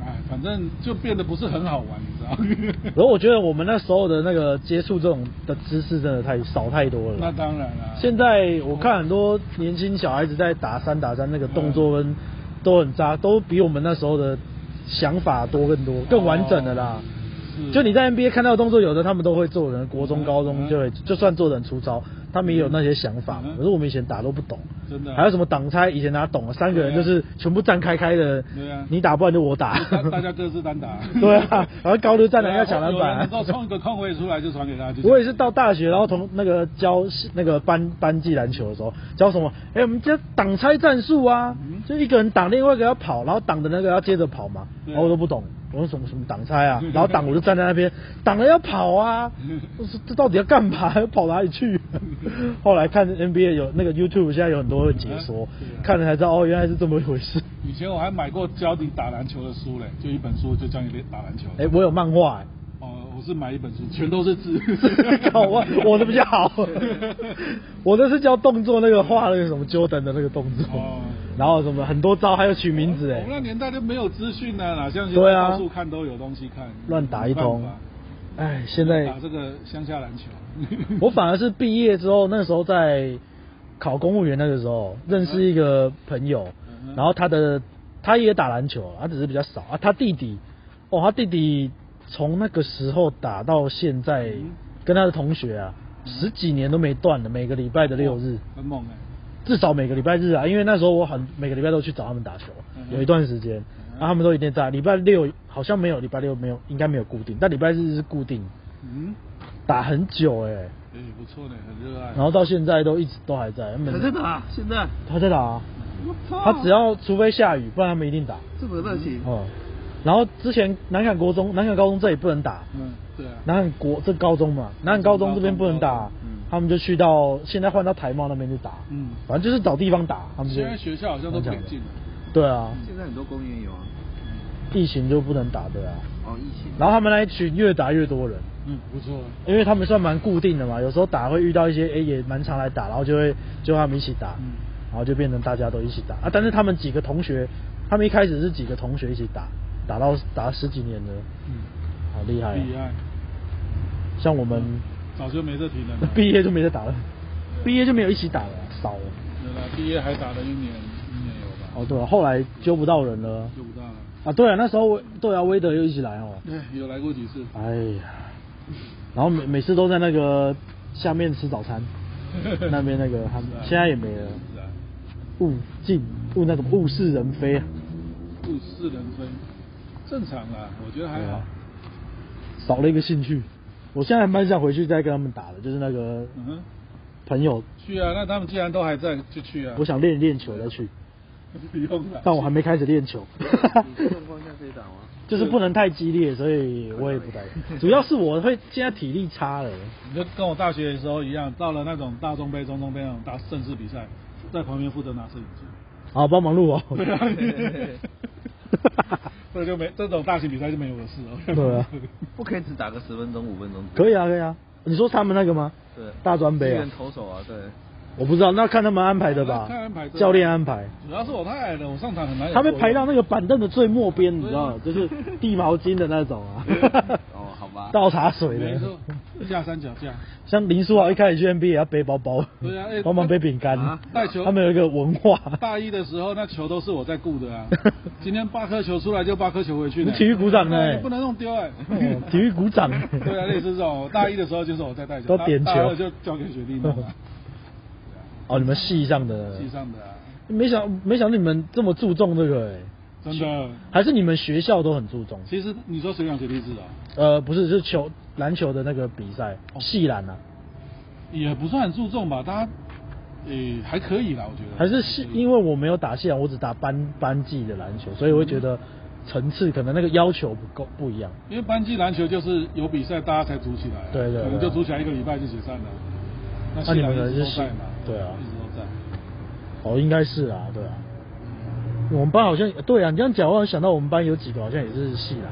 S2: 哎，反正就变得不是很好玩，你
S1: [laughs]
S2: 知道
S1: 然？后我觉得我们那时候的那个接触这种的知识真的太少太多
S2: [laughs] 那
S1: 了。
S2: 当然啦。
S1: 现在我看很多年轻小孩子在打三打三那个动作
S2: 嗯
S1: 跟都很渣，都比我们那时候的想法多更多，更完整的啦。
S2: 哦是
S1: 就你在 NBA 看到的动作，有的他们都会做，可能国中、
S2: 嗯
S1: 高中就会，就算做的很粗糙，他们也有那些想法
S2: 嗯。
S1: 可是我们以前打都不懂，
S2: 真的啊
S1: 还有什么挡拆，以前哪懂啊？三个人
S2: 对
S1: 就
S2: 啊
S1: 是全部站开开的
S2: 对啊，
S1: 你打不然就我打。
S2: 大，大家各自单打
S1: [laughs] 对啊然后高度站篮要抢篮板
S2: 对啊有人能够冲一个空位出来就传给他。就这样
S1: 我也是到大学，然后同那个教那个班班级篮球的时候，教什么？哎、我们这挡拆战术啊，
S2: 嗯
S1: 就一个人挡，另外一个要跑，然后挡的那个要接着跑嘛。
S2: 对
S1: 然
S2: 啊
S1: 后我都不懂，我说什么什么挡拆
S2: [laughs]
S1: 啊，然后挡我就站在那边，挡了要跑啊，我说这到底要干嘛？ [laughs] 要跑哪里去？后来看 NBA 有那个 YouTube，现在有很多会解说，
S2: 嗯
S1: 看了才知道哦，原来是这么一回事。
S2: 以前我还买过教你打篮球的书嘞，就一本书就教你打篮球。
S1: 哎、我有漫画、哎。。
S2: 哦，我是买一本书，全都是字
S1: [laughs] 靠我我的比较
S2: [laughs]
S1: 好，我的是教动作那个画那个什么 Jordan 的那个动作
S2: 哦，
S1: [laughs] 然后什么很多招，还有取名字
S2: 我们那
S1: 哎，
S2: 年代就没有资讯啊，哪像现
S1: 对
S2: 在
S1: 啊
S2: 到处看都有东西看。
S1: 乱打一通
S2: 没办法。
S1: 哎，现在
S2: 打这个乡下篮球。
S1: [laughs] 我反而是毕业之后，那时候在考公务员那个时候，认识一个朋友
S2: 嗯，哼
S1: 然后他的他也打篮球，他只是比较少啊，他弟弟，哦，他弟弟从那个时候打到现在
S2: 嗯，
S1: 跟他的同学啊，十几年都没断了，每个礼拜的六日。
S2: 很猛哎、
S1: 至少每个礼拜日啊，因为那时候我很每个礼拜都去找他们打球，
S2: 嗯哼
S1: 有一段时间，然后他们都一定在。礼拜六好像没有，礼拜六没有，应该没有固定，但礼拜日是固定，
S2: 嗯，
S1: 打很久哎、
S2: 哎、不错呢，很热爱。
S1: 然后到现在都一直都还在。他
S4: 还
S1: 们
S4: 在
S3: 啊
S4: 打，现在
S1: 他在打、啊，
S4: 我操
S1: 他只要除非下雨，不然他们一定打。
S4: 这么热情，
S1: 哦、然后之前南港国中、南港高中这里不能打，
S2: 嗯，对啊。
S1: 南港国这高中嘛，南港高中这边不能打，
S2: 嗯
S1: 他们就去到现在换到台茂那边去打，
S2: 嗯
S1: 反正就是找地方打。他们就
S2: 现在学校好像都不给进了。
S1: 对啊，
S4: 现在很多公园有啊，
S1: 疫情就不能打的啊。
S4: 哦，疫情，
S1: 然后他们那一群越打越多人，
S2: 嗯，不错。
S1: 因为他们算蛮固定的嘛，有时候打会遇到一些哎、诶也蛮常来打，然后就会就他们一起打，
S2: 嗯
S1: 然后就变成大家都一起打啊。但是他们几个同学，他们一开始是几个同学一起打，打到打了十几年了，
S2: 嗯，
S1: 好厉害、啊
S2: 厉害。
S1: 像我们。
S2: 早就没这体能了
S1: [laughs] 毕业就没得打了，
S2: 啊
S1: 毕业就没有一起打了，少了。
S2: 对啦，毕业还打了一年，一年有吧？
S1: 哦，对了、后来揪不到人了
S2: 就不大了。
S1: 啊。对啊，那时候我对啊，威德又一起来哦。
S2: 哎，有来过几次？
S1: 哎呀，然后每每次都在那个下面吃早餐， [laughs] 那边那个他
S2: [laughs]
S1: 们
S2: 是啊
S1: 现在也没了
S2: 是啊，
S1: 物尽物那个物是人非啊。
S2: 物是人非，正常啦，我觉得还
S1: 啊
S2: 好。
S1: 少了一个兴趣。我现在还蛮想回去再跟他们打的，就是那个
S2: 嗯哼，
S1: 朋友，
S2: 去啊，那他们既然都还在，就去啊。
S1: 我想练练球再去，
S2: [laughs] 不用了。
S1: 但我还没开始练球，
S4: 你这种方向可以打吗？
S1: 就是不能太激烈，所以我也不太。主要是我会现在体力差了，
S2: 你就跟我大学的时候一样，到了那种大中杯、中中杯那种大正式比赛，在旁边负责拿摄影机。
S1: 好帮忙录 [laughs] 哦。
S2: 对啊，这就没这种大型比赛就没有我的事哦了。
S1: 对啊
S3: 不可以只打个十分钟、五分钟？
S1: 可以啊，可以啊。你说他们那个吗？
S3: 对，
S1: 大专杯
S3: 支
S1: 啊
S3: 援。投手啊，对，
S1: 我不知道，那看他们安排的吧，
S2: 看安排的
S1: 教练安排。
S2: 主要是我太矮了，我上场很难有
S1: 他
S2: 作用。
S1: 被排到那个板凳的最末边，你知道吗？就
S2: 对啊
S1: 是地毛巾的那种
S2: [laughs]
S1: 啊。
S3: 哦好吧
S1: [laughs] 倒茶水
S2: 没
S1: 的。
S2: 错，架三角架，
S1: 像林书豪一开始去 NBA 也要背包包，
S2: 对啊哎
S1: 帮忙背饼干
S2: 啊，带球
S1: 他们有一个文化。
S2: 大一的时候那球都是我在顾
S1: [laughs]
S2: 的啊。今天八颗球出来就八颗球回去呢。
S1: 你体育股长呢
S2: 哎你不能弄丢哎
S1: 哦。 [laughs] 体育股长
S2: [laughs] 对啊，类似这种，大一的时候就是我在带球，
S1: 都
S2: 大
S1: 点球
S2: 大二就交给学弟弄
S1: [laughs]
S2: 了，
S1: 哦，你们系上的，
S2: 系上的啊，
S1: 没想没想到你们这么注重这个、欸，
S2: 真的。
S1: 还是你们学校都很注重？
S2: 其实你说水养学弟制啊，
S1: 呃，不是，是球篮球的那个比赛，
S2: 哦
S1: 系篮啊，
S2: 也不算很注重吧，大家，诶、还可以啦，我觉得。
S1: 还是系？因
S2: 为
S1: 为我没有打系篮，我只打班班级的篮球，所以我会觉得层次可能那个要求不够不一样。
S2: 因为班级篮球就是有比赛，大家才组起来啊、
S1: 对对对
S2: 可能就组起来一个礼拜就解散了。那
S1: 那
S2: 系
S1: 你
S2: 篮
S1: 们
S2: 一
S1: 可能
S2: 直
S1: 是
S2: 都
S1: 系
S2: 在嘛？
S1: 对啊
S2: 一直都在。
S1: 哦，应该是啊，对啊。
S2: 嗯
S1: 我们班好像对啊，你这样讲，我好像想到我们班有几个好像也是系篮的，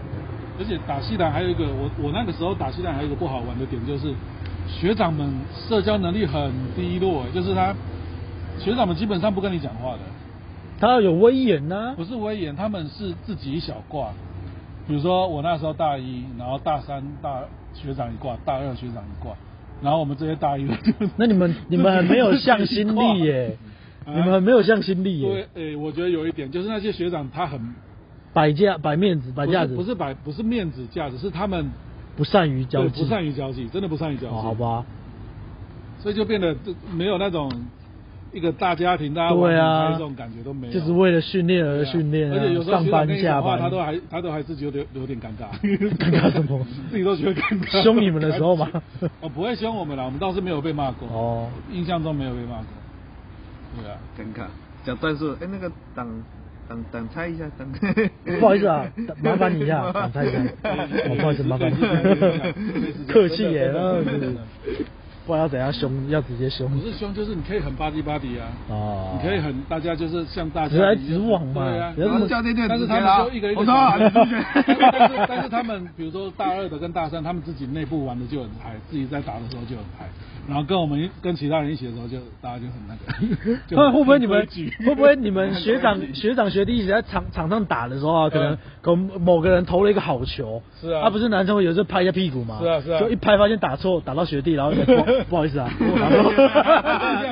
S2: 而且打西篮还有一个，我我那个时候打西篮还有一个不好玩的点就是，学长们社交能力很低落，就是他学长们基本上不跟你讲话的，
S1: 他要有威严呐、
S2: 不是威严，他们是自己一小挂。比如说我那时候大一，然后大三大学长一挂，大二学长一挂，然后我们这些大一的就
S1: 那你们你们很没有向心力
S2: [laughs]
S1: 耶，
S2: 嗯
S1: [laughs] 你们很没有向心力
S2: 对
S1: 耶，，
S2: 诶、我觉得有一点就是那些学长他很
S1: 摆架摆面子摆架子，
S2: 不是不是摆不是面子架子，是他们
S1: 不善于交
S2: 对
S1: 际，
S2: 不善于交际，真的不善于交际。
S1: 哦，好吧，
S2: 所以就变得就没有那种一个大家庭，大家玩
S1: 对
S2: 得
S1: 啊
S2: 很开，这种感觉都没有，
S1: 就是为了训练
S2: 对
S1: 而
S2: 啊
S1: 训练、啊，
S2: 而且有时候
S1: 上
S2: 学长跟
S1: 班
S2: 你
S1: 下
S2: 讲话，
S1: 班，
S2: 他都还他都还自己有点有点尴尬，
S1: 尴尬什么
S2: [laughs] 自己都觉得尴尬。
S1: 凶你们的时候吗
S2: 哦，不会凶我们啦，我们倒是没有被骂过，
S1: 哦，
S2: 印象中没有被骂过。对啊，
S3: 尴尬，讲战术，哎，那个挡挡挡拆一下，挡。
S1: [laughs] 不好意思啊麻烦你一
S3: [laughs]
S1: 下挡拆一下哦不好意思麻烦你 [laughs] 客气耶
S2: 真的真的
S1: 嗯不然要怎样凶，要直接凶
S2: 不是凶，就是你可以很巴唧巴唧啊。
S1: 哦
S2: 你可以很，大家就是像大家
S1: 直来
S2: 一样
S1: 直往嘛
S2: 对啊，
S1: 不要这么，
S3: 教练就
S2: 但是
S3: 直
S2: 他
S3: 接啦
S2: 们就一个一个
S3: 我说啊
S2: 讲，
S3: 你直接
S2: 但是但是他们比如说大二的跟大三，他们自己内部玩的就很嗨，自己在打的时候就很嗨，然后跟我们一跟其他人一起的时候就大家就很那个
S1: [laughs]
S2: 就
S1: 那
S2: 很
S1: 会不会你们
S2: 很规矩
S1: 会不会你们学长
S2: [laughs]
S1: 学长学弟一起在场场上打的时候啊，可能
S2: 嗯
S1: 可能某个人投了一个好球，
S2: 是啊
S1: 不是男生会有时候拍一下屁股嘛，
S2: 是啊是啊
S1: 就一拍发现打错，打到学弟，然后、
S2: [laughs]
S1: 哎不不好意思啊，然后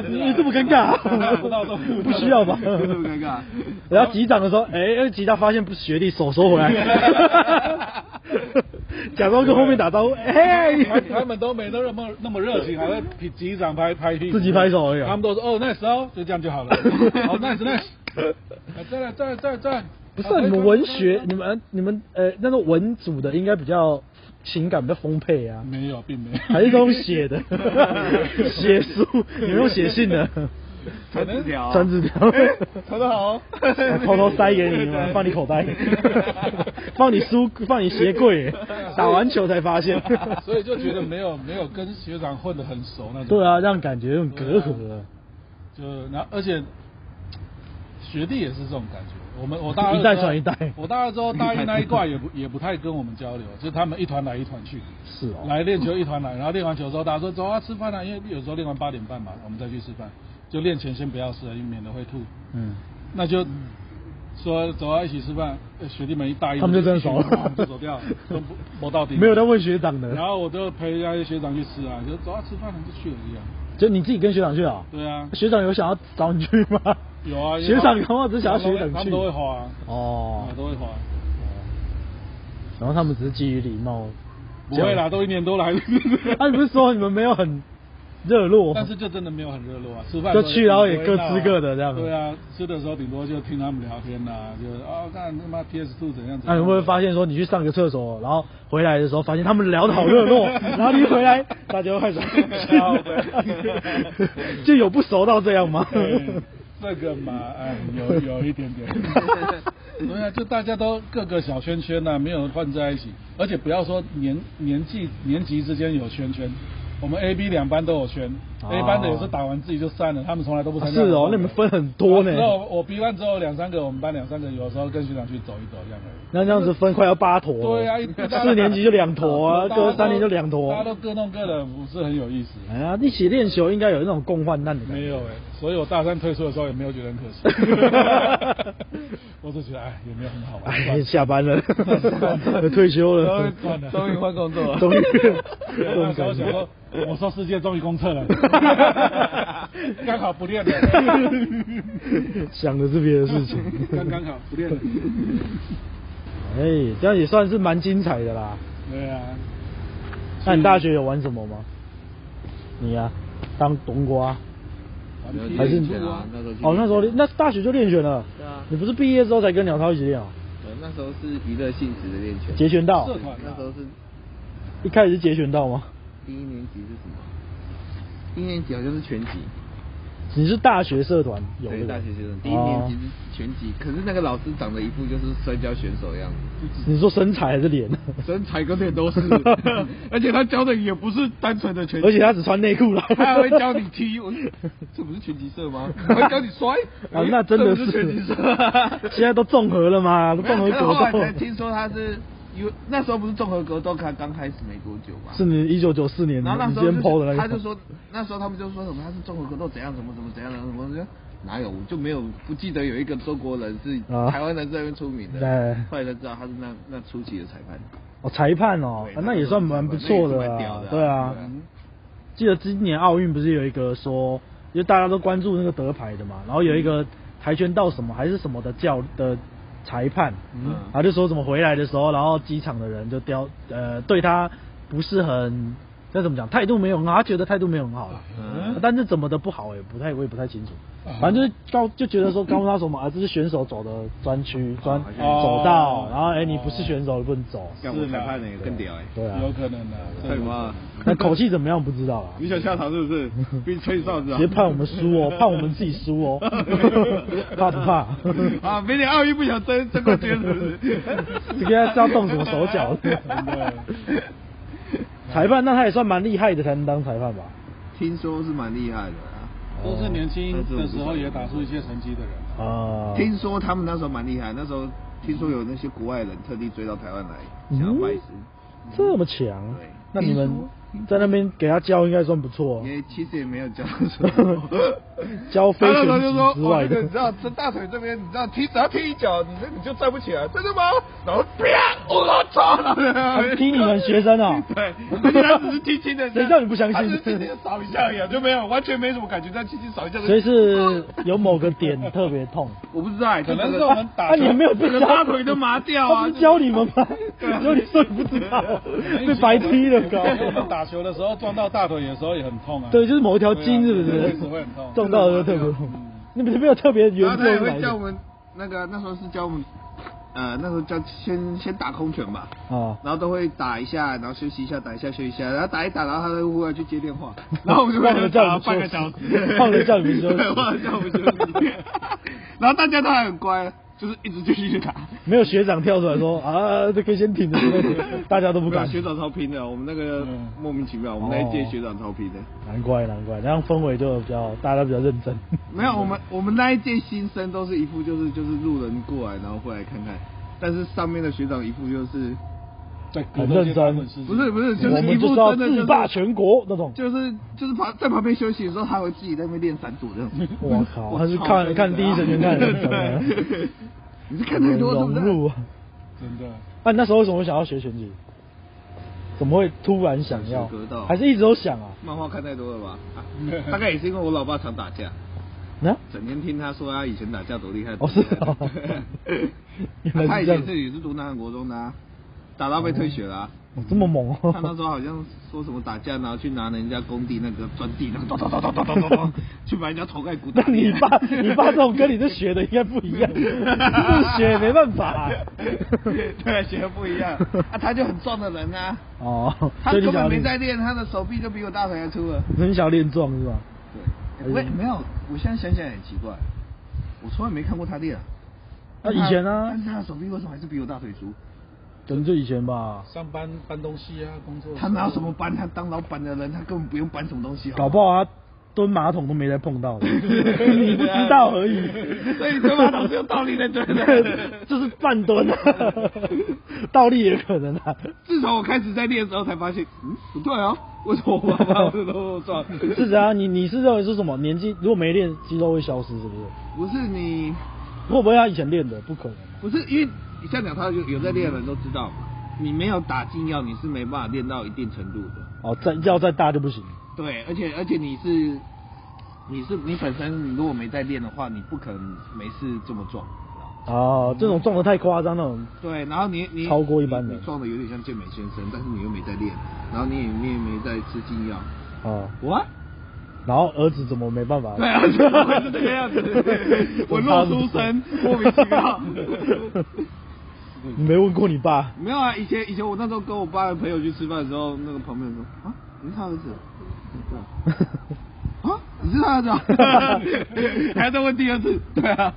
S1: 你这么尴尬、啊
S2: 不到都不到
S1: 不需要吧？
S3: 这么尴
S2: 啊
S3: 尬
S1: 然后击掌的时候，哎、击掌发现不是学弟，手收回
S2: [laughs]
S1: 来， [laughs] 假装跟后面打招呼，哎、
S2: 他 [laughs] 他们都没那么那么热情，还会比击掌拍拍屁股，
S1: 自己拍手而已啊
S2: 他们都说哦 nice 哦，就这样就好了。好 nice nice，啊再来再来再来再来。
S1: 不是
S2: 啊
S1: 啊、你们文学，你
S2: 们
S1: 们呃你们呃那种文组的应该比较情感比较丰沛
S2: [laughs]
S1: 啊，
S2: 没有，并没有，
S1: 还是都用写
S2: [laughs]
S1: 的，写书，你们用写信的，
S3: 传纸条啊，
S1: 传纸条，
S3: [laughs] 传的好哦，
S1: [laughs] 哎偷偷塞给
S3: [laughs]
S1: 你们，放你口袋， [laughs] 放你书，放你鞋
S2: [laughs]
S1: 柜，打完球才发现。
S2: 所以就觉得没有没有跟学长混得很熟那种。
S1: 对啊，让感觉有种隔阂。
S2: 嗯就然后而且学弟也是这种感觉。我们我大
S1: [laughs]
S2: 二
S1: 一代
S2: 的时候
S1: 传一代
S2: 我大二之后大一那一挂也不 [laughs] 也不太跟我们交流，就是他们一团来一团去，
S1: 是哦
S2: 来练球一团来，然后练完球之后大家说走啊吃饭啊，因为有时候练完八点半嘛，我们再去吃饭，就练前先不要吃了，因为免得会吐，
S1: 嗯，
S2: 那就。说走啊，一起吃饭，呃学弟们一大一，
S1: 他们就 [laughs] 真的熟了
S2: 一群人就走掉，都不不到底。
S1: 没有在问学长的，
S2: 然后我就陪那些学长去吃啊，就走啊吃饭了就去了一样。
S1: 就你自己跟学长去啊？
S2: 对啊，
S1: 学长有想要找你去吗？
S2: 有
S1: [laughs]
S2: 啊，
S1: 学长的话只想要学
S2: 他
S1: 长
S2: 们都他
S1: 去
S2: 们。都会滑啊，
S1: 哦
S2: 啊，都会滑。
S1: 然后他们只是基于礼貌。
S2: 不会啦，都一年多来。
S1: [laughs] 啊，你不是说你们没有很热络？
S2: 但是就真的没有很热络啊，吃饭
S1: 就去然后也各
S2: 吃
S1: 吃各的这样
S2: 对啊，吃的时候顶多就听他们聊天呐、啊，就是啊，看他妈 PS Two 怎样怎样。
S1: 哎那、你会不会发现说你去上个厕所，然后回来的时候发现他们聊得好热
S2: [laughs]
S1: 络，然后你一回来大家开始就有不熟到这样吗？
S2: 嗯这个嘛，哎，有有一点点。
S1: [laughs]
S2: 对啊，就大家都各个小圈啊圈呐、没有混在一起，而且不要说年年纪年级之间有圈圈，我们 A、B 两班都有圈、
S1: 哦
S2: a 班的有时候打完自己就散了，他们从来都不参加。
S1: 啊是哦那你们分很多呢
S2: 然后我 B 班之后两三个，我们班两三个，有时候跟学长去走一走这样而已。
S1: 那这样子分快要八坨了。
S2: [laughs] 对啊，一
S1: 四年级就两坨啊，
S2: 大家都
S1: 各三年就两坨
S2: 大。家都各弄各的，不是很有意思。
S1: 哎呀，一起练球应该有那种共患难的感
S2: 没
S1: 觉。
S2: 有哎、所以我大三退出的时候也没有觉得很可 [laughs] 惜，我只觉得哎也没有很好玩。
S1: 哎，下班
S2: [laughs]
S1: 了，退休了，
S2: 终于
S3: 终于换工作了
S2: [laughs]
S1: 终于这
S2: 那
S1: 种
S2: 啊时候
S1: 感
S2: 想说
S1: 觉。，
S2: 我说世界终于公测了， [laughs] 刚好不练了， [laughs]
S1: 想的是别的事情。
S2: 刚刚好不练了。
S1: 哎，这样也算是蛮精彩的啦。
S2: 对啊，
S1: 那你大学有玩什么吗？你呀、当冬瓜还是
S3: 练拳啊那时候去
S1: 哦，那时候
S3: 练
S1: 那大学就练拳了。
S3: 对啊
S1: 你不是毕业之后才跟鸟涛一起练啊？
S3: 呃那时候是娱乐性质的练拳，
S1: 截拳道
S2: 社，团
S3: 那
S2: 啊
S3: 时候是
S1: 一开始是截拳道吗？
S3: 第一年级是什么？第一年级好像是拳击，
S1: 你是大学社团有
S3: 对，
S1: 的？哦
S3: 大学学生第一年级是拳击，可是那个老师长得一副就是摔跤选手的样子，
S1: 你说身材还是
S3: [laughs]
S1: 脸？，
S3: 身材跟脸都是
S1: [laughs]
S3: 而且他教的也不是单纯的拳击，
S1: 而且他只穿内裤来，
S3: 他还会教你踢，我 [laughs] 这不是拳击社吗？还会教你摔，
S1: [laughs] 啊，那真的
S3: 这不是拳击社。
S1: [laughs] 现在都综合了嘛，
S3: 没有
S1: 综合
S3: 可是后
S1: 格
S3: 来
S1: 斗
S3: 才听说他是有那时候不是综合格斗刚刚开始没多久
S1: [laughs]
S3: 嘛，
S1: 是你一九九四年你
S3: 啊然后那时
S1: 今
S3: 候
S1: 天抛
S3: 就
S1: 的那
S3: 是
S1: 个，
S3: 他就说那时候他们就说什么他是综合格斗怎样怎么怎么怎样怎么怎么怎样哪有我就没有不记得有一个中国人是
S1: 啊哎
S3: 台湾人在那边出名
S1: 对
S3: 的，后来才知道他是那那初期的裁判，
S1: 哦裁判哦
S3: 对，
S1: 啊那也算蛮不错
S3: 那也是蛮屌
S1: 啊
S3: 的啊，
S1: 对啊
S3: 对啊。
S1: 记得今年奥运不是有一个说，因为大家都关注那个德牌的嘛，然后有一个跆拳道什么还是什么的教的裁判，
S3: 嗯
S1: 然后就说怎么回来的时候，然后机场的人就刁呃对他不是很。那怎么讲？态度没有很好，他觉得态度没有很好啦。
S3: 嗯
S1: 但是怎么的不好也、不太，我也不太清楚
S2: 啊。
S1: 反正就是高就觉得说高他什么啊，这是选手走的专区专
S3: 好像是
S1: 走道
S2: 哦，
S1: 然后哎、你不是选手不能走。
S3: 干我裁判的也更屌哎，
S1: 对啊，
S2: 有可能的、啊，这
S3: 太妈了，
S1: 那口气怎么样不知道啊？
S3: 你想下场是不
S1: [laughs]
S3: 是？被吹哨子啊？
S1: 别判我们输
S3: [laughs]
S1: 哦，判我们自己输哦，怕不怕？
S3: 啊，明年奥运不想争争冠军是不
S1: [laughs]
S3: 是？
S1: 这个是要动什么手脚的？
S3: 嗯
S1: 裁判那他也算蛮厉害的，才能当裁判吧？
S3: [laughs] 听说是蛮厉害的啊。
S2: 都是年轻的时候也打出一些成绩的人。
S1: 啊、
S3: 听说他们那时候蛮厉害，那时候听说有那些国外人特地追到台湾来，
S1: 嗯
S3: 想要拜师，
S1: 这么强
S3: 对，
S1: 那你们在那边给他教应该算不错、哦。。
S3: 也其实也没有教什么
S1: 教非
S3: 他那
S1: 拳击之外的
S3: 时候就说：“哦，那个你知道，这大腿这边，你知道踢，只要踢一脚，你这你就站不起来，真的吗？”然后啪，我操！
S1: 踢你们学生啊
S3: 对，而且他只是轻轻的，
S1: 谁叫你不相信
S3: 他只是轻轻地扫一下而已啊，就没有完全没什么感觉，但轻轻扫一下就。
S1: 所以是有某个点特别
S3: [laughs]
S1: 痛，
S3: 我不知道，
S2: 可能是我们打
S1: 啊，你也没有被
S3: 整个
S1: 教
S3: 大腿都麻掉啊
S1: 他不是教你们吗？有你说你不知道，哦被白踢了，搞。
S2: 我们
S3: [laughs]
S2: 打球的时候撞到大腿的时候也很痛啊。
S1: 对，就是某一条筋，是不
S2: 对啊
S1: 是
S2: 会会很痛？
S1: 撞到了就特别痛。你们没有特别原
S3: 然后
S1: 作
S3: 他也
S1: 是
S3: 会
S1: 哪
S3: 教我
S1: 一
S3: 们那个那时候是教我们，呃，那时候教先先打空拳吧，
S1: 个？啊，
S3: 然后都会打一下，然后休息一下，打一下休息一下，然后打一打，然后他就忽然去接
S1: [laughs]
S3: 电话，然后我们就
S1: 忘了叫你
S3: 打
S1: [laughs] 们
S3: 半个小
S1: 休息
S3: 时，
S1: 忘了叫你们休息
S3: [laughs] 对忘了叫我们休息， [laughs] 然后大家都还很乖，就是一直继续打。
S1: 没有学长跳出来说啊，这可以先挺着，大家都不敢
S3: 没有。学长超拼的，我们那个
S2: 嗯
S3: 莫名其妙，我们那一届学长超拼的。
S1: 难怪难怪，那样氛围就比较大家都比较认
S3: [laughs]
S1: 真。
S3: 没有，我们我们那一届新生都是一副就是就是路人过来，然后过来看看，但是上面的学长一副就是
S2: 对，
S1: 很认真
S3: 不是不是，就
S1: 我
S3: 是一
S1: 们就
S3: 副
S1: 是要
S3: 真的就是
S1: 自霸全国那种。
S3: 就是就是旁在旁边休息的时候，他会自己在那边练闪躲这样子。
S1: 我靠，
S3: 我
S1: 他是
S3: 操
S1: 看
S3: 真的
S1: 看第一神拳看得很准的，
S3: 对 [laughs] 你是看太多对
S1: 融
S3: 不
S1: 入 [laughs]
S3: 对？
S1: 啊。
S2: 真的。
S1: 啊，你那时候为什么会想要学拳击？怎么会突然想要
S3: 想学格斗？
S1: 还是一直都想啊？
S3: 漫画看太多了吧？ [laughs] 啊大概也是因为我老爸常打架，
S1: 那
S3: 整天听他说他以前打架多厉害。
S1: 哦是哦
S3: 多厉害
S1: [laughs] 原
S3: 他
S1: 来是
S3: 以
S1: 这样
S3: 前是也是读南韩国中的啊，打到被退学了啊。
S1: 哦这么猛哦！
S3: 他那时候好像说什么打架，然后去拿人家工地那个钻地，那个咚咚咚咚咚咚
S1: [laughs]
S3: 咚咚，去把人家头盖骨打
S1: [laughs] 那你
S3: 裂。 [laughs]
S1: 爸，你爸这种跟你这学的应该不一样，这学也没办法、啊
S3: [laughs] 对，学得不一样啊，他就很壮的人啊，
S1: 哦，
S3: 他
S1: 所以
S3: 根
S1: 你想
S3: 本
S1: 要
S3: 没
S1: 练
S3: 在，练，他的手臂就比我大腿还粗了。
S1: 所以你想要练壮是吧？哎
S3: 对，我也没有，我现在想想也很奇怪，我从来没看过他练啊。
S1: 那以前呢啊
S3: 但是他的手臂为什么还是比我大腿粗？
S1: 可能就以前吧，
S2: 上班搬东西啊，工作。
S3: 他哪有什么？搬？他当老板的人，他根本不用搬什么东西哦好好。
S1: 搞
S3: [laughs]
S1: 不好他蹲马桶都没再碰到，你不知道而已。
S3: 所以蹲马桶是有道理的，对不对？
S1: [laughs] 就是半蹲
S3: [laughs]
S1: 啊，倒立也可能啊。
S3: 自从我开始在练的时候，才发现，嗯，不对啊，为什么我把马桶都撞？
S1: 是怎样？你你是认为是什么？年纪如果没练，肌肉会消失，是不是？
S3: 不是你，
S1: 会不会他以前练的？不可能啊。
S3: 不是因为你像讲他有有在练的人都知道嘛，你没有打禁药，你是没办法练到一定程度的。
S1: 哦，再要再大就不行。
S3: 对，而且而且你是你是你本身你如果没在练的话，你不可能没事这么撞。
S1: 哦，这种撞的太夸张那种，
S3: 对，然后你你
S1: 超过一般
S3: 你
S1: 人
S3: 你撞的有点像健美先生，但是你又没在练，然后你也你也没在吃禁药，
S1: 哦，
S3: 我
S1: 然后儿子怎么没办法？？
S3: 对啊，怎么会是这个样子我落书生，莫名其妙。
S1: 你没问过你爸？
S3: 没有啊，以前以前我那时候跟我爸的朋友去吃饭的时候，那个旁边说啊，你是他儿子啊？
S1: 嗯
S3: 对啊啊，你是他儿子啊？ [laughs] 还要再问第二次？对啊，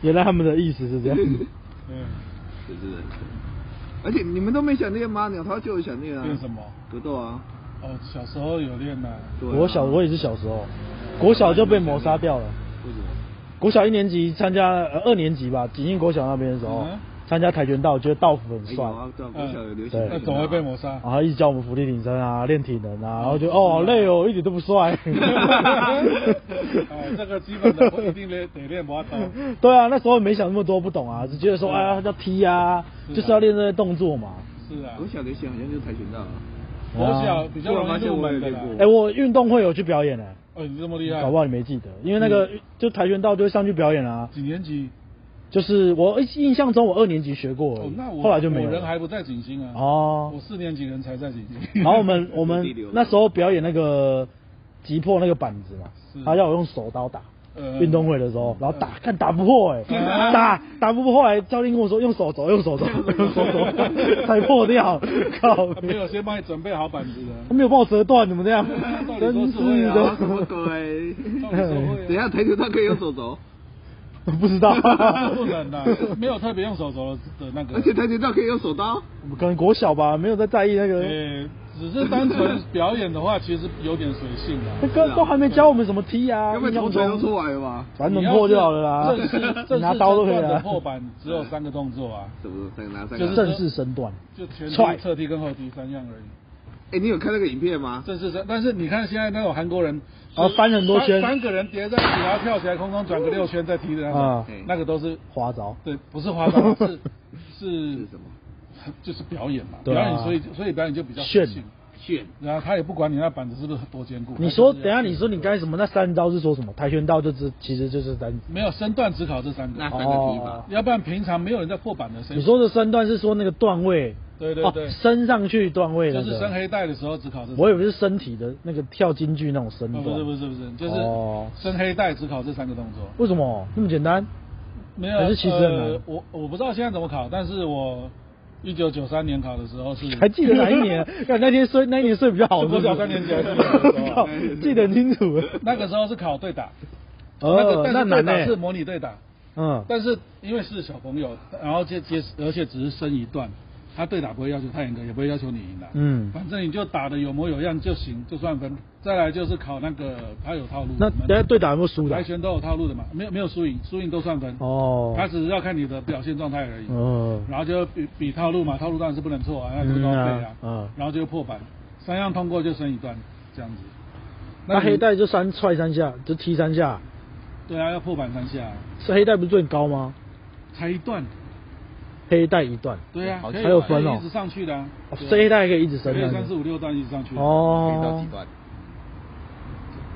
S1: 原来他们的意思是这样。
S2: 嗯，
S3: 这是人生。而且你们都没想练吗？鸟巢就有想练啊。
S2: 练什么？
S3: 格斗啊。
S2: 哦，小时候有练呐、
S3: 对啊
S1: 我小我也是小时候，国小就被抹杀掉了。
S3: 为什么？
S1: 国小一年级参加呃二年级吧，景应国小那边的时候
S2: 嗯，
S1: 参加跆拳道，觉得道服很
S3: 哎
S1: 帅
S3: 有，啊，对啊，国小有流
S1: 对
S3: 行跆拳道啊。
S2: 那总哎呃会被抹杀。 [laughs]
S1: 然后一直教我们伏地挺身啊，练体能啊，然后就哦好累哦，一点都不帅。
S2: 哎，这个基本的我一定得得练摩
S1: [laughs]
S2: 托。
S1: 对啊，那时候没想那么多，不懂啊，只觉得
S2: 嗯
S1: 说哎呀要踢啊，
S2: 是啊
S1: 就是要练这些动作嘛。
S2: 是啊，
S3: 国小流行好像就是跆拳道啊。
S2: 国小比较容易入门的啦。
S1: 哎，我运动会有去表演呢，
S2: 哦，你这么嗯厉害，嗯
S1: 搞不好你没记得，因为那个就跆拳道就上去表演啊，
S2: 几年级？
S1: 就是我哎印象中我二年级学过而
S2: 哦
S1: 已，，
S2: 那我
S1: 后来就没有
S2: 我
S1: 了
S2: 人还不在景星啊。
S1: 哦
S2: 我四年级人才在景星。
S1: 然后我们我
S2: [laughs]
S3: 第
S1: 们
S3: 六
S1: 那时候表演那个击破那个板子嘛
S2: 是，
S1: 他要我用手刀打。
S2: 呃
S1: 运动会
S2: [laughs]
S1: 的时候，然后打，看打不破哎、
S2: 啊
S1: 打打不破，后来教练跟我说用手肘，用
S2: [laughs]
S1: 手肘，用手肘才破掉，靠！
S2: 没有先帮你准备好板子
S1: 他 [laughs]
S2: 的。
S1: 没有帮我折断，怎么这
S2: [laughs]
S1: 样
S2: 道？理说
S1: 真
S2: 是会
S1: 是
S2: 啊
S1: 的
S3: 哎什，么鬼？
S2: [laughs] 到底是会啊
S3: [laughs] 等一下跆拳道可以用手肘，
S1: [laughs] 不知道，
S2: [laughs] 不能的，没有特别用手肘的那
S1: [laughs]
S2: 个
S3: 而，且跆拳道可以用手刀。
S1: 可能国小吧，没有在在意那个，
S2: 呃，只是单纯表演的话，其实有点随性啊
S1: 那。个都还没教我们怎么踢啊，
S3: 要不
S1: 印
S3: 然
S1: 象
S3: 头锤都
S1: 中
S3: 出来了吧？
S1: 反正能破就好了
S2: 你要是正
S1: 啦
S2: 式，正
S1: 拿
S2: 式
S1: 刀都可以
S2: 身段的
S1: 啊，
S2: 破板只有三个动作啊，
S3: 什么三拿三
S2: 就
S3: 个？
S2: 是
S1: 正式身段，
S2: 就前
S1: 踹
S2: 踢、侧踢跟后踢三样而已。
S3: 哎，你有看那个影片吗？
S2: 正式是，但是你看现在那种韩国人，
S1: 哦翻很多圈
S2: 三三个人叠在一起，然后跳起来空中转个六圈再踢的那种
S1: 啊，
S2: 那个都是
S1: 花招，
S2: 对，不是
S1: [laughs]
S2: 花招，是是
S3: 是什么？
S2: 就是表演嘛，
S1: 对
S2: 表
S1: 啊
S2: 演所以所以表演就比较
S1: 炫
S2: 随性，
S3: 炫！
S2: 然后他也不管你那板子是不是多坚固。
S1: 你说，
S2: 他
S1: 等
S2: 就
S1: 一
S2: 是
S1: 下你说你刚才什么那三招是说什么？跆拳道就是其实就是三，
S2: 没有身段只考这三
S3: 那
S2: 个，
S3: 三个踢法
S1: 哦，
S2: 要不然平常没有人在破板的。谁
S1: 你说的身段是说那个段位，
S2: 对对
S1: 哦
S2: 对，
S1: 升上去段位那
S2: 就是
S1: 个。
S2: 升黑带的时候只考这三个。
S1: 我以为是身体的那个跳京剧那种身
S2: 哦
S1: 段，
S2: 不是不是不是，就是
S1: 哦
S2: 升黑带只考这三个动作，
S1: 为什么那么简单？
S2: 没有。
S1: 可是其实很难
S2: 呃我我不知道现在怎么考，但是我一九九三年考的时候是
S1: [laughs] 还记得哪一
S2: [laughs]
S1: 年？看那天睡那一年睡比较好，
S2: 就国小
S1: 是不是
S2: 三年级还是四年级的时候啊
S1: 靠 [laughs] 记得很清楚。
S2: 那个时候是考对打，那
S1: 哦
S2: 个，
S1: 那
S2: 但是对
S1: 难
S2: 打是
S1: 呢。
S2: 模拟对打，
S1: 嗯，
S2: 但是因为是小朋友，然后接接，而且只是升一段，他对打不会要求太严格，也不会要求你赢的。
S1: 嗯
S2: 反正你就打的有模有样就行，就算分。再来就是考那个他有套路，
S1: 那
S2: 我们
S1: 等下对打有没有输的啊
S2: 跆？拳都有套路的嘛，没有没有输赢，输赢都算分。
S1: 哦，
S2: 他只是要看你的表现状态而已。
S1: 嗯，
S2: 然后就比比套路嘛，套路当然是不能错啊，那就高配啊，
S1: 嗯啊嗯
S2: 然后就破板，三样通过就升一段这样子。
S1: 那
S2: 你
S1: 黑带就三踹三下，就踢三下，
S2: 对啊，要破板三下，
S1: 是黑带不是最高吗？
S2: 才一段，
S1: 黑带一段，
S2: 对啊，
S3: 好
S2: 可以
S1: 还有分哦
S2: 可以一直上去的啊，
S1: 哦
S2: 对啊
S1: 所以黑带还可以一直
S2: 可
S1: 升
S2: 以
S1: 上
S2: 三四
S1: 去。
S2: 五六段一直上去。，啊
S3: 可以到几
S1: 哦，
S3: 段？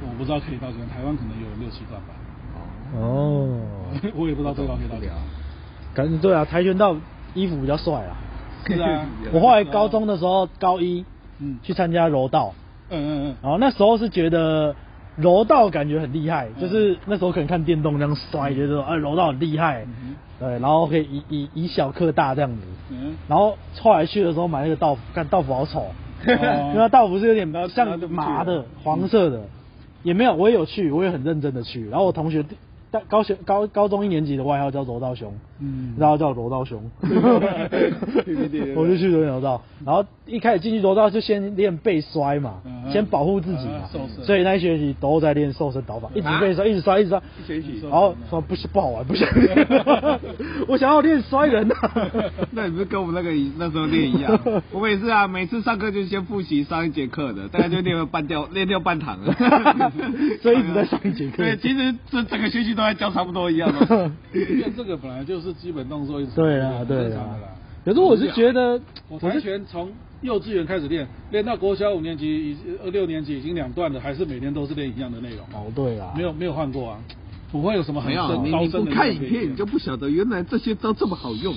S2: 我不知道可以到几段，台湾可能有六七段吧，
S1: 哦，
S2: [laughs] 我也不知道最高可以到几段。
S1: 感觉对啊，跆拳道衣服比较帅啊。
S2: 是啊
S1: [laughs] ，我后来高中的时候，高一
S2: 嗯，
S1: 去参加柔道，
S2: 嗯嗯嗯，
S1: 然后那时候是觉得柔道感觉很厉害，
S2: 嗯
S1: 就是那时候可能看电动这样摔，觉得说啊柔道很厉害，
S2: 嗯
S1: 对，然后可以以以以小克大这样子。
S2: 嗯，
S1: 然后后来去的时候买那个道服，看道服好丑，
S2: 哦
S1: [laughs] 因为它道服是有点
S2: 啊嗯
S1: 像麻的、黄色的，也没有，我也有去，我也很认真的去。然后我同学大高学高高中一年级的外号叫柔道熊，
S2: 嗯
S1: 然后叫柔道熊，[laughs]
S3: 对
S1: 我就去轮柔道，然后一开始进去柔道就先练背摔嘛
S2: 嗯，哼
S1: 先保护自己
S2: 啊
S1: 嘛
S2: 瘦身，
S1: 所以那一学期都在练瘦身倒法，一直背摔，一直摔，一直摔，
S3: 一学期
S1: 然后说不是不好玩，不想， [laughs] 我想要练摔人啊，。
S3: 那你不是跟我们那个一那时候
S2: [laughs]
S3: 练一样？我们也是啊，每次上课就先复习上一节课的，大概就练了半掉， [laughs] 练掉半堂
S2: [laughs]
S3: 了
S1: 所以一直在上一节课
S3: 对，其实这整个学期都在教差不多
S2: [laughs]
S3: 一样的。
S2: 因为这个本来就是基本动作，一直
S1: 对啊
S2: 很
S1: 对
S2: 正常
S1: 啊
S2: 的啦。，
S1: 可是我是觉得
S2: 我
S1: 我
S2: 跆
S1: 是
S2: 拳从幼稚园开始练，练到国小五年级、已呃六年级已经两段了，还是每天都是练一样的内容，
S1: 哦对啦，
S2: 没有没有换过啊，不会有什么很
S3: 没有，
S2: 深
S3: 你
S2: 高
S3: 你
S2: 深
S3: 不
S2: 的
S3: 看
S2: 内容
S3: 影
S2: 可以
S3: 片，
S2: 练
S3: 你就不晓得原来这些招这么好用。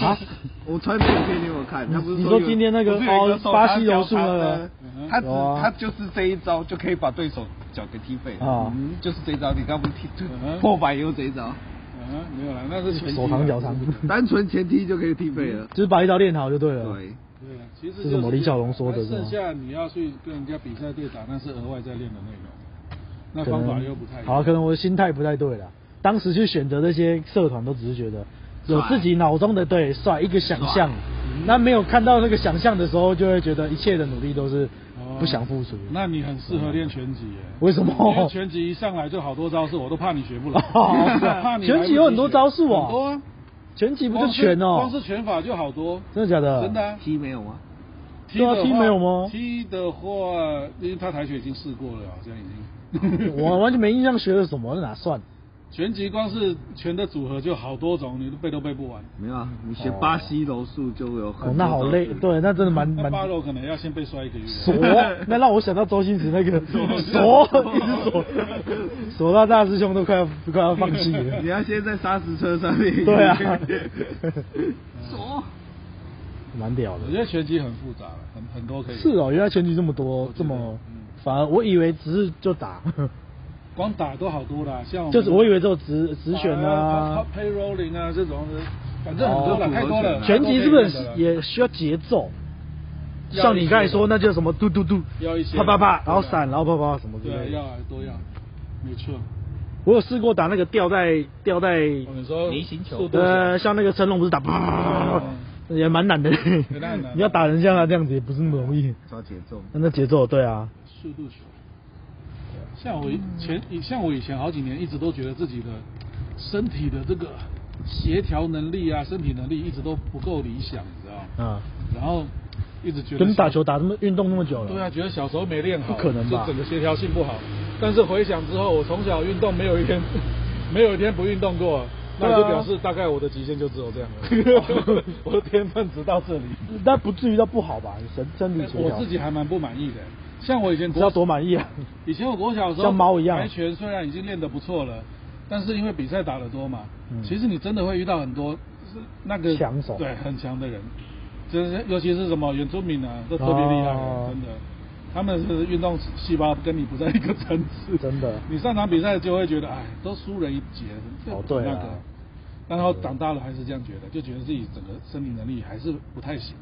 S1: 啊，
S3: 我传给影片给我看，他不是
S1: 你
S3: 说
S1: 说今天那个
S3: 不是有一
S1: 哦
S3: 手
S1: 巴西柔术
S3: 他
S1: 那
S3: 教他
S1: 个
S3: 的嗯他只
S1: 有啊
S3: 他就是这一招就可以把对手脚给踢废
S1: 啊
S3: 了，嗯就是这一招，你刚不是踢
S2: 嗯
S3: 破百也有这一招，
S2: 嗯，没有啦，那是前
S1: 手长脚长，
S3: 单纯前踢就可以踢废了。
S1: 就是把一招练好就对了。
S3: 对，
S2: 对啊，其实
S1: 这
S2: 就是
S1: 什么李小龙说的
S2: 那
S1: 是吗
S2: 剩下你要去跟人家比赛对打，那是额外在练的内容，那
S1: 可
S2: 方
S1: 能
S2: 法又不太一样。
S1: 好啊，可能我的心态不太对了。当时去选择这些社团，都只是觉得有自己脑中的对帅一个想象，
S2: 嗯
S1: 那没有看到那个想象的时候，就会觉得一切的努力都是
S2: 哦
S1: 不想付出。
S2: 那你很适合练拳击耶？
S1: 为什么
S2: 因为拳击一上来就好多招式，我都怕你学不来
S1: 哦是啊
S2: [laughs] 怕你来不及学
S1: 拳击有很多招数哦
S2: 很多啊，
S1: 拳击不就
S2: 光是
S1: 拳哦
S2: 光、是拳法就好多，
S1: 真的假的？
S2: 真的啊。
S3: 踢没有吗？
S1: 对啊
S2: 的话
S1: 踢没有吗
S2: 踢的话，因为他跆拳已经试过了，好像已经。
S1: [laughs]
S2: [laughs]
S1: 我完全没印象学了什么，那哪算？
S2: 拳击光是拳的组合就好多种，你都背都背不完。
S3: 没有啊，你学巴西柔术就有很
S1: 哦
S3: 多，
S1: 那好
S2: [laughs]
S1: 累，
S3: 招式。
S1: 对，那真的蛮
S2: 那
S1: 蛮哦
S2: 八楼可能要先被摔一个月。
S1: 锁，那让我想到周星驰那个锁，一直锁，锁到大师兄都快要快要放弃了
S2: [laughs]
S3: [laughs] 你。要先在砂石车上面。
S1: [laughs] 对啊
S3: [laughs] 说，
S1: 蛮屌的
S2: [laughs] 我。觉得拳击很复杂，很很多可以。
S1: 是哦，原来拳击这么多，这么，反而我以为只是就打，
S2: 光打都好多啦，像们
S1: 就是我以为只有直直选啊。
S2: p a y rolling 啊这种的，反正很多了，
S3: 哦
S2: 太多了。
S1: 拳击是不
S2: 太多可以
S1: 是
S2: 练的了
S1: 也需要节奏？
S2: 要
S1: 像你刚才
S2: 一些
S1: 说，那叫什么嘟嘟嘟
S2: 要一，些
S1: 啪啪啪，
S2: 对啊
S1: 然后闪，然后啪啪啪什么之
S2: 对啊，
S1: 类
S2: 要
S1: 的。
S2: 啊都要，没错。
S1: 我有试过打那个吊带吊带，
S2: 我们哦说
S3: 离心球
S2: 速度
S1: 呃，像那个成龙不是打啪啪啪啪啪，也蛮难的
S2: 那很难。
S1: 你要打人像他这样子也不是那么容易。
S3: 抓节奏。
S1: 那节奏对啊，
S2: 速度球。像我以前，以像我以前好几年一直都觉得自己的身体的这个协调能力啊，身体能力一直都不够理想，你知道吗？
S1: 啊，
S2: 然后一直觉得
S1: 跟打
S2: 小
S1: 球打这么运动那么久了，
S2: 对啊，觉得小时候没练好，
S1: 不可能吧
S2: 就整个协调性不好。但是回想之后，我从小运动没有一天 [laughs] 没有一天不运动过，那
S1: 对啊
S2: 就表示大概我的极限就只有这
S1: [laughs]
S2: 样了，我的天分只到这里。哎
S1: 但不至于到不好吧？身身体协
S2: 我
S1: 调，
S2: 自己还蛮不满意的，像我以前
S1: 你知
S2: 国
S1: 道多满意啊？
S2: 以前我国小的时候，
S1: 像猫一样
S2: 跆拳虽然已经练得不错了，但是因为比赛打得多嘛，
S1: 嗯
S2: 其实你真的会遇到很多是那个
S1: 强手
S2: 对，很强的人，就是尤其是什么原住民啊，都特别厉害的，
S1: 哦
S2: 真的。他们是运动细胞跟你不在一个层次，
S1: 真的
S2: 你上场比赛就会觉得，哎，都输人一截，这
S1: 哦对啊
S2: 那个。然后长大了还是这样觉得，就觉得自己整个身体能力还是不太行，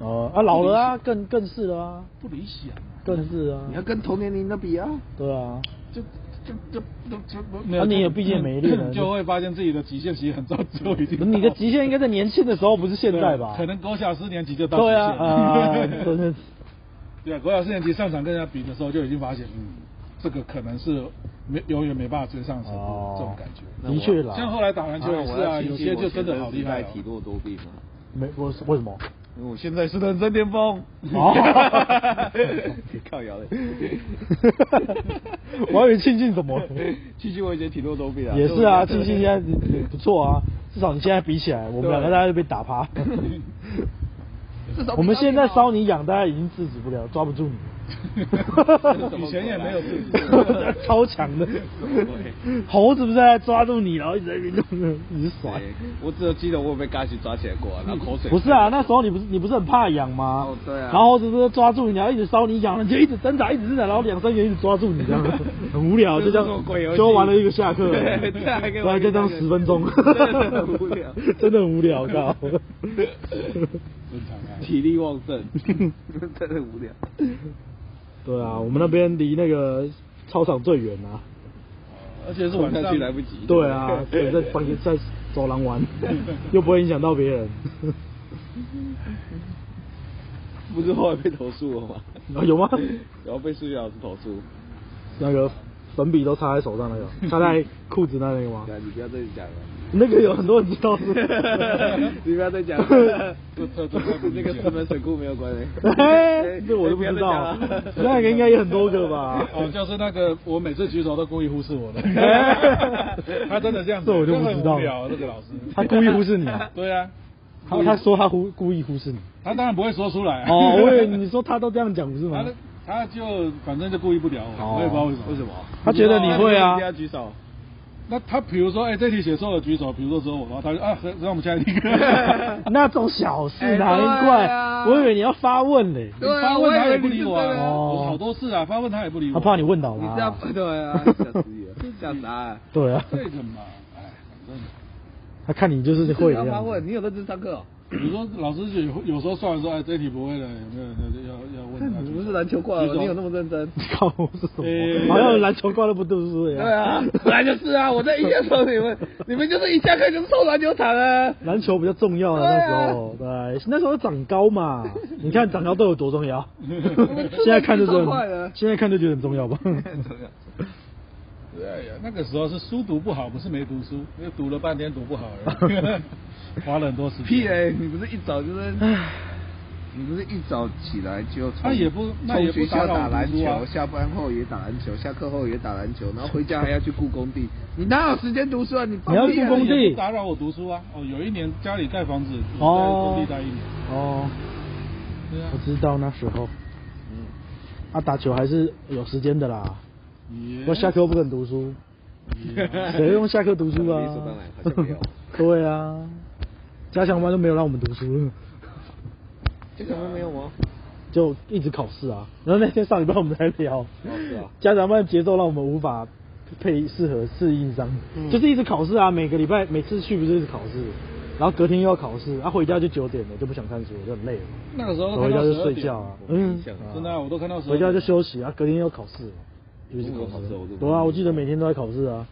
S1: 哦啊，老了啊，更更是了啊，
S2: 不理想啊。
S1: 更是啊
S3: 你，要跟同年龄的比啊，
S1: 对啊，
S2: 就就就就就
S1: 没有啊你也毕竟没练啊
S2: [laughs] 就会发现自己的极限其
S1: [laughs]
S2: 实很早就已经到了。
S1: 你的极限应该在年轻的时候，不是现在吧
S2: 对？啊可能国小四年级就到极
S1: 对
S2: 限
S1: 啊，啊，
S2: [laughs] 了。
S1: 真的，
S2: 对啊，国小四年级上场跟人家比的时候，就已经发现，嗯，这个可能是没永远没办法追上的程度，
S1: 哦
S2: 这种感觉。
S1: 的确啦，
S2: 像后来打篮球也是啊，
S3: 我要庆
S2: 有
S3: 幸
S2: 些就
S3: 我
S2: 真的好厉害、
S3: 学生时代体
S2: 哦。
S3: 弱多病啊。
S1: 没我是为什么？
S3: 因为我现在是人生巅峰。
S1: 哦
S3: [laughs] 靠摇嘞
S1: [laughs] 我还以为庆幸什么
S3: 庆幸我以前体弱多病啊。
S1: 也是啊，
S3: 所以
S1: 庆
S3: 我
S1: 幸现在不错啊，至少你现在比起来，我们两个大家就被打
S2: [laughs]
S1: 趴。
S3: 至少比
S1: 我们
S3: 较
S1: 现在
S3: 厉害哦
S1: 烧
S3: [laughs]
S1: 你痒，大家已经制止不了，抓不住你。
S2: 以前也没有自己
S1: [laughs] 超强
S3: [laughs]
S1: 的，猴子不是在抓住你，然后一直在运动，一直甩。
S3: 对我只有记得我有被嘎去抓起来过，然后口水。
S1: 不是啊，那时候你不是你不是很怕痒吗？
S3: 哦对啊
S1: 然后猴子不是抓住你，然后一直搔你痒，你就一直挣扎，一直挣扎，然后两三个人一直抓住你，这
S3: [laughs]
S1: 样很无聊，就啊这
S3: 这是什么
S1: 样
S3: 鬼游戏
S1: 就玩了一个下课，
S3: [laughs] 对这还可以玩
S1: 对就这样十分钟，
S3: [laughs] 真的很无聊
S1: [laughs] 真的很无聊，
S3: [laughs]
S1: 靠。
S2: 正常啊。
S3: 体力旺盛， [laughs] 真的无聊。
S1: 对啊，我们那边离那个操场最远啊，
S2: 而且是晚
S3: 下
S2: 上
S3: 去来不及。
S1: 对
S3: [laughs]
S1: 啊，所以在房间在走廊玩， [laughs] 又不会影响到别人。 [laughs]
S3: 不是后来被投诉了吗？
S1: 啊有吗
S3: 然后被数学老师投诉。
S1: 那个粉笔都插在手上那
S3: [laughs]
S1: 个，插在裤子那里吗？
S3: 对啊，你不要再 [laughs] 讲了。
S1: 那个有很多人知道是。
S3: [laughs] 你不要再讲了
S1: 了，
S3: 那个石门水库没有关联。
S1: 哎， [laughs] 这我就不知
S3: [laughs]
S1: 道，那个应该有很多个 [laughs] 吧？，
S2: 哦，就是那个我每次举手都故意忽视我的他真的这样子，
S1: 这我就不知道
S2: 真的很无聊这个老师，
S1: 他故意忽视你啊？
S2: [laughs] 对啊，
S1: [laughs] 他他说他忽故意忽
S3: [laughs]
S1: 视你。
S2: 他当然不会说出来、啊。
S1: 哦，我以为你说他都这样讲不是吗
S2: 他？他就反正就故意不聊我，
S1: 哦
S2: 我也不知道为什么。为什么？
S1: 他觉得你会啊
S3: 一定要举手。
S2: 那他比如说，哎、这题写错了，举手。比如说只有我，然后他就啊，和让我们下一题。
S1: [laughs]
S3: [laughs]
S1: 那种小事
S3: 哎
S1: 难
S3: 对
S1: 怪，
S3: 啊
S1: 我以为你要发问嘞，
S3: 对啊
S2: 发问 [laughs] 他也不理我、
S3: 我以为你是
S2: 啊，
S3: 这个
S1: 啊
S2: 我好多次啊，发问他也不理我。
S1: 他怕你问倒
S3: 你
S1: 他
S3: 这样
S1: 啊。
S3: 对啊，吓死你了，吓啥啊？
S1: [laughs] 对啊，
S2: 这个嘛，哎，反正。
S1: 他看你就是会的
S3: 你要发
S1: 样子
S3: 问，。你有认真上课哦？
S2: 比如说老师有有时候算完说，哎，这题不会的，有没有要要要问他？
S3: 啊
S2: 啊
S3: 你不是篮球挂了，你有那
S2: 么
S3: 么认真？
S1: 靠，是什么？
S2: 哎
S1: 好像篮球挂都不读书一
S3: 对
S1: 样。
S3: 啊，本来就是啊，我在一下说你
S2: [laughs]
S3: 们，你们就是一下课就冲篮球场啊。
S1: 篮球比较重要了，
S3: 对
S1: 那
S3: 啊
S1: 时候对，那时候长高
S3: [laughs]
S1: 嘛，你看长高都有多重要，
S3: 们
S1: 现在看就觉
S3: 真的是超快的
S1: 得，现在看就觉得很重要
S3: [laughs]
S1: 吧。
S2: 对呀，那个时候是书读不好，不是没读书，因为读了半天读不好而已，花了很多时间。
S3: 屁嘞！你不是一早就是，你不是一早起来就从
S2: 他也不那
S3: 从
S2: 也不
S3: 学校
S2: 打扰
S3: 打
S2: 我读
S3: 篮
S2: 书啊
S3: 球，下班后也打篮球，下课后也打篮球，然后回家还要去雇工地，你哪有时间读书啊？你放
S1: 你要
S3: 屁啊
S1: 雇工地
S2: 也不打扰我读书啊。哦，有一年家里盖房子，在
S1: 哦
S2: 工地待一年。
S1: 哦，
S2: 对啊
S1: 我，知道那时候，
S3: 嗯
S1: 啊，打球还是有时间的啦，
S2: 也
S1: 我下课又不肯读书，谁用下课读书啊
S3: [laughs] 理所当然好像没有？
S1: [laughs] 对啊，加强班都没有让我们读书了，
S3: 这个没有吗？
S1: 就一直考试啊。然后那天上礼拜我们才聊，
S3: 是啊
S1: 家长班的节奏让我们无法配适合适应上，
S3: 嗯
S1: 就是一直考试啊，每个礼拜每次去不是一直考试，然后隔天又要考试，啊回家就九点了，就不想看书了，就很累了，
S2: 那个时候都
S1: 回
S2: 看
S1: 家
S2: 到
S1: 就
S2: 12
S1: 睡
S2: 点
S1: 觉啊，
S3: 我没
S1: 嗯
S3: 印象，
S2: 真的啊我都看到12
S1: 回家就
S2: 点
S1: 休息啊，隔天又考试，又是
S3: 我有考试我都
S1: 对啊，我记得每天都在考试啊，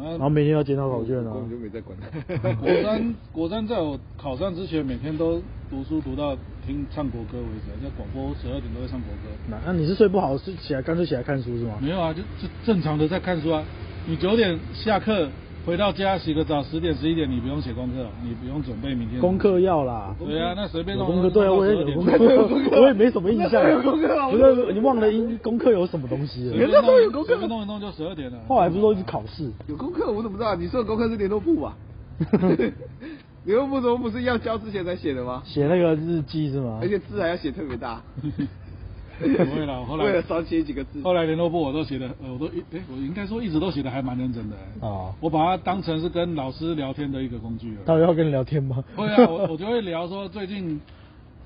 S2: 我
S1: 然
S2: 那
S1: 后每天要检讨考卷啊
S3: 我，根本就没在管他。
S2: [laughs] 国三，国三在我考上之前，每天都读书读到听唱国歌为止，在广播十二点都在唱国歌。
S1: 那那你是睡不好，是起来干脆起来看书是吗？
S2: 没有啊，就就正常的在看书啊。你九点下课回到家洗个澡，十点十一点你不用写功课，你不用准备明天
S1: 功。课要啦。
S2: 嗯对啊，那随便
S1: 有
S2: 弄
S1: 功课，对啊，我也有功课，
S2: [laughs]
S1: 我也没什么印象。
S3: 有功课啊
S1: 不是你忘了英功课有什么东西了？
S2: 那时候有功课，随便弄一弄就十二点了。
S1: 后来不是都一直考试？
S3: 有功课我怎么知道？你说的功课是联络簿 [laughs] 吧？联络簿怎么不是要交之前才写的吗？
S1: 写那个日记是吗
S3: 而？且字还要写特别 [laughs] 大。
S2: 不
S1: [laughs]
S2: 会啦我后来
S3: 为了少写几个字。
S2: 后来联络部我都写的，呃，我都一，哎、我应该说一直都写的还蛮认真的、
S1: 哦
S2: 我把它当成是跟老师聊天的一个工具了。
S1: 他有要跟你聊天吗？
S2: 会啊，
S1: [laughs]
S2: 我我就会聊说最近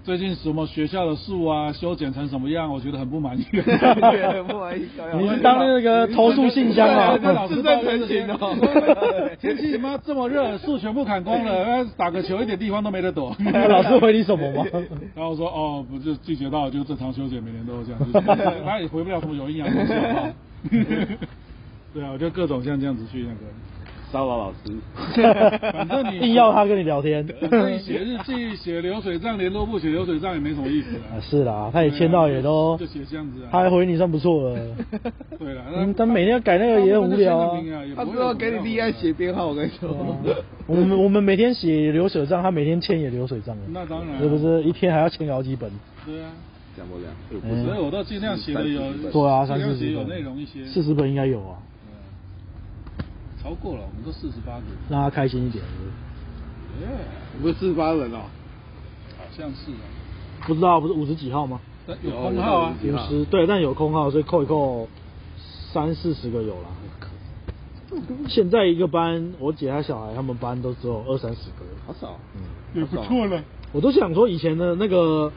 S2: 最近什么学校的树啊修剪成什么样，我觉得很不
S1: [laughs]
S2: 满意。
S3: 不好意思，
S1: 你是当那个投诉信箱啊
S2: 对对对老师在成型啊 [laughs]
S3: 哦
S2: 天气妈这么热，树全部砍光了，哎打个球一点地方都没得躲。
S1: [laughs] 老师回你什么吗？
S2: [laughs] 然后我说哦，不是季节到了就正常修剪，每年都这样子，就是他也回不了什么有营养的东西好不好。 [laughs] 对啊，我就各种像这样子去那个，
S3: 骚扰老师。
S2: 反正你
S1: [laughs] 硬要他跟你聊天。
S2: 反正你写日记、写流水账、联络簿写流水账也没什么意思
S1: 啊
S2: 啊。
S1: 是啦，他也签到也都，
S2: 就写这样子啊
S1: 他还回你算不错了。
S2: [laughs] 对了，
S1: 嗯但每天要改那个也很无聊啊
S3: 他之后给你立案写编号，我跟你
S2: [laughs]
S3: 说。啊
S1: 我们我们每天写流水账，他每天签也流水账了。
S2: 那当然
S1: 是不是一天还要签好几本？
S2: 对啊，
S3: 讲不了，
S1: 嗯
S2: 所以我都尽量写的有，
S1: 对啊，
S2: 尽
S1: 三
S2: 量
S1: 四
S2: 写
S1: 十
S2: 有
S1: 本，
S2: 内容一些，
S1: 四十本应该有啊，
S2: 嗯超过了，我们都四十八个，
S1: 让他开心一点。
S2: 耶，
S3: 不是四八人
S1: 啊
S3: 哦。
S2: 好像是啊，
S1: 不知道不是五十几号吗？
S2: 但有空号啊，
S1: 五十对，但有空号，所以扣一扣三四十个有
S2: [laughs]
S1: 啦。现在一个班，我姐她小孩他们班都只有二三十个，
S3: 好少。
S2: 嗯也不错了，
S1: 我都想说以前的那个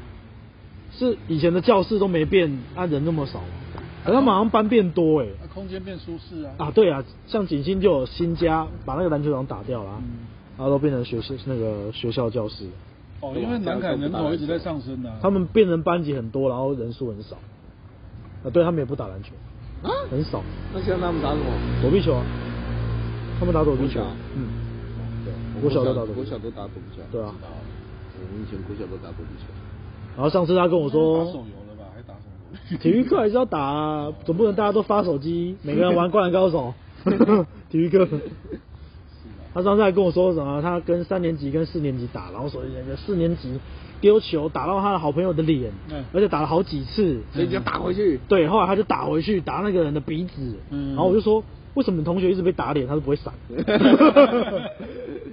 S1: 是以前的教室都没变，啊人那么少，可他们好像班变多哎、
S2: 啊空间变舒适啊，
S1: 啊，对啊，像景星就有新家把那个篮球场打掉了啊、
S2: 嗯
S1: 然后都变成学校那个学校教室，
S2: 哦，
S1: 啊
S2: 因为南凯人口一直在上升啊，
S1: 他们变成班级很多，然后人数很少。啊，对他们也不打篮球，
S3: 啊
S1: 很少。
S3: 那现在他们打什么？
S1: 躲避球啊，他们打躲避球
S3: 国小，
S1: 嗯，
S3: 对，
S1: 国小都
S3: 都
S1: 打躲避球
S3: 国小都打躲避球。
S1: 对啊
S3: 知道我们以前国小都打躲避球。
S1: 然后上次他跟我
S2: 打手
S1: 说，
S2: 游了吧？还打什么
S1: [laughs]
S2: 游？
S1: 体育课还是要打啊，总不能大家都发手机，每个人玩灌篮高
S2: [laughs]
S1: 手，体育课。他上次还跟我说什么，他跟三年级跟四年级打，然后所以那个四年级丢球打到他的好朋友的脸，
S2: 嗯
S1: 而且打了好几次，
S3: 所以就打回去。
S1: 对，后来他就打回去，打那个人的鼻子，
S2: 嗯
S1: 然后我就说，为什么你同学一直被打脸，他都不会
S2: [laughs]
S1: 闪？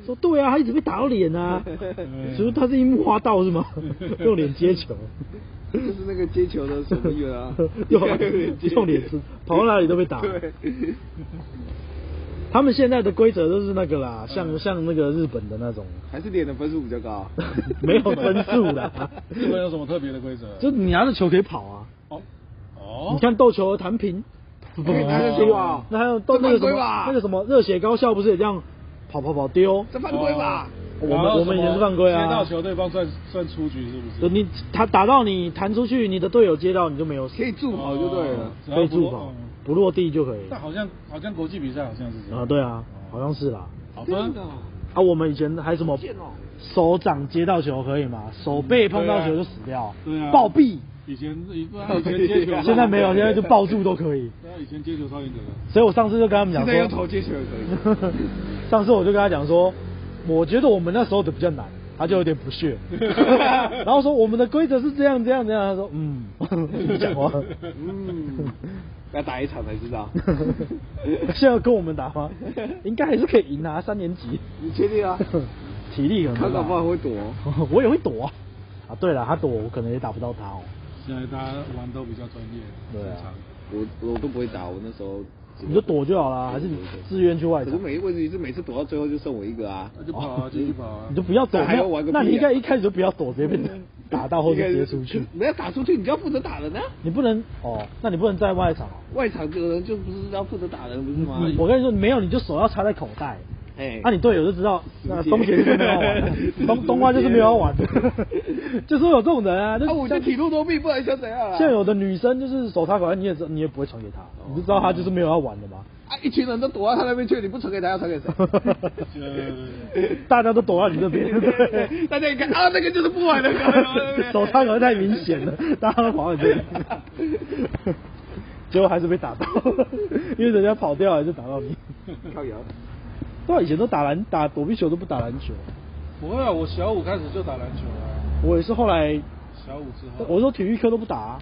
S1: 说对啊，他一直被打到脸啊，
S2: 嗯
S1: 只是他是樱木花道
S2: [laughs]
S1: 是吗？用脸接球，，
S3: [laughs] 就是那个接球的守门员啊
S1: [laughs]
S3: [laughs]
S1: 用用脸吃，跑到哪里都被打。
S3: 对，
S1: 他们现在的规则都是那个啦，像像那个日本的那种， [laughs]
S3: 还是脸的分数比较高啊。
S1: 没有分数
S2: [laughs]
S1: 啦，
S2: 日本有什么特别的规则？
S1: [laughs] 就你拿着球可以跑啊。
S2: 哦哦，
S1: 你看斗球弹平， [laughs] 不不不
S3: 拿着球啊
S1: 那还有斗那个什
S3: 这犯规
S1: 么
S3: 吧
S1: 那个什么热血高校不是也这样跑跑跑丢？
S3: 这犯规
S2: 哦
S3: 吧？
S1: 我
S2: 然后
S1: 们我们以前是犯规啊
S2: 什么接到球对方算算出局是不是？
S1: 就你他打到你弹出去，你的队友接到你就没有
S3: 可以助跑就对了。
S2: 只要
S1: 被
S2: 不
S1: 助跑
S2: 嗯，
S1: 不落地就可以
S2: 但好像好像国际比赛好像是这样哦
S1: 啊。对啊，好像是啦。
S2: 好分
S3: 真的哦
S1: 啊，我们以前还什么手掌接到球可以吗？手背碰到球就死掉，
S2: 对啊
S1: 暴毙。
S2: 以前以以前接球，
S1: [laughs] 现在没有，现在就抱住都可以。
S2: 对啊。以前接球超严格的，
S1: 所以我上次就跟他们讲说，
S3: 现在用头接球也可以。
S1: 上次我就跟他讲说，我觉得我们那时候的比较难，他就有点不
S3: [laughs]
S1: 屑，然后说我们的规则是这样这样这样，他说嗯，不 [laughs] 讲话，
S3: 嗯，要打一场才
S1: [laughs]
S3: 知道。
S1: 现在要跟我们打吗？应该还是可以赢啊，三年级，
S3: [laughs] 你确定
S1: [laughs]
S3: 啊？
S1: 体力可能啊
S3: 他搞不好会躲。哦
S1: 我也会躲啊。啊，对了，他躲我可能也打不到他哦。
S2: 现在大家玩都比较专业，
S1: 对啊
S2: 正常
S3: 我我都不会打，我那时候只
S1: 你就躲就好啦，还是你自愿去外
S3: 可
S1: 打
S3: 是？每一个问题是每次躲到最后就剩我一个啊，
S2: 那就跑啊，继续跑啊。
S1: 哦你就不要躲，
S3: 这还要玩个屁啊嗯
S1: 那你应该一开始就不要躲，直接被打到后就直接出去。
S3: 没有打出去，你就要负责打人呢、
S1: 你不能哦，那你不能在外场哦。
S3: 外场的人就不是要负责打人，不是吗？
S1: 你嗯我跟你说，没有你就手要插在口袋，
S3: 嗯
S1: 啊
S3: 哎，
S1: 那、你队友就知道，那东学就是没有要玩的，东东花就是没有要玩的， [laughs] 就是会有这种人啊。就
S3: 啊，我就
S1: 像
S3: 体弱多病，不然想怎样啊？
S1: 像有的女生就是手插口袋，你也知你也不会传给她，
S3: 哦
S1: 你就知道她就是没有要玩的
S3: [laughs]
S1: 嘛。
S3: 啊，一群人都躲到他那边去，你不传给他，要
S1: [laughs]
S3: 传给谁？
S1: 大家都躲到你这边，对不对？
S3: [laughs] 大家一看啊，那个就是不玩的，
S1: [laughs] 手插口袋太明显了，大家都跑到你这里，结果还是被打到，因为人家跑掉还是打到你。
S3: 跳摇。
S1: 对啊，以前都打篮打躲避球都不打篮球，
S2: 不会啊，我小五开始就打篮球了，
S1: 我也是后来
S2: 小五之后。
S1: 我说体育课都不打、啊，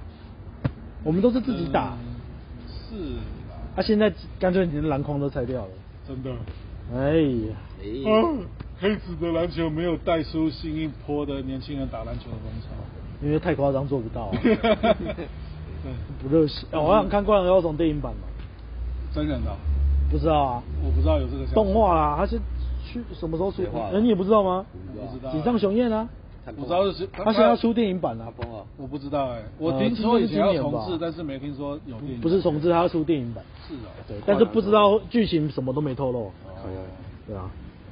S1: 我们都是自己打。
S2: 嗯是啦，
S1: 啊，现在干脆连篮筐都拆掉了。
S2: 真的。
S1: 哎呀，哦
S2: 嗯，黑子的篮球没有带出新一波的年轻人打篮球的风潮。
S1: 因为太夸张做不到、啊，
S2: [laughs] 对，
S1: 不热血。哦我想看《灌篮高手》电影版嘛，
S2: 真人的哦，
S1: 不知道啊，
S2: 我不知道有这个想法
S1: 动，画啦，它是去什么时候出
S3: 谁画？的
S1: 哎，你也不知道吗？
S2: 我不知道。
S1: 井上雄彦啊，
S2: 我知道是
S1: 他现在要出电影版了、
S3: 疯了，
S2: 我不知道哎，我
S1: 呃
S2: 听说以前
S1: 今
S2: 要
S1: 年吧
S2: 重置，但是没听说有电影。
S1: 不是重置，他要出电影版，
S2: 是哦，
S1: 对，但是不知道剧情什么都没透露，对啊，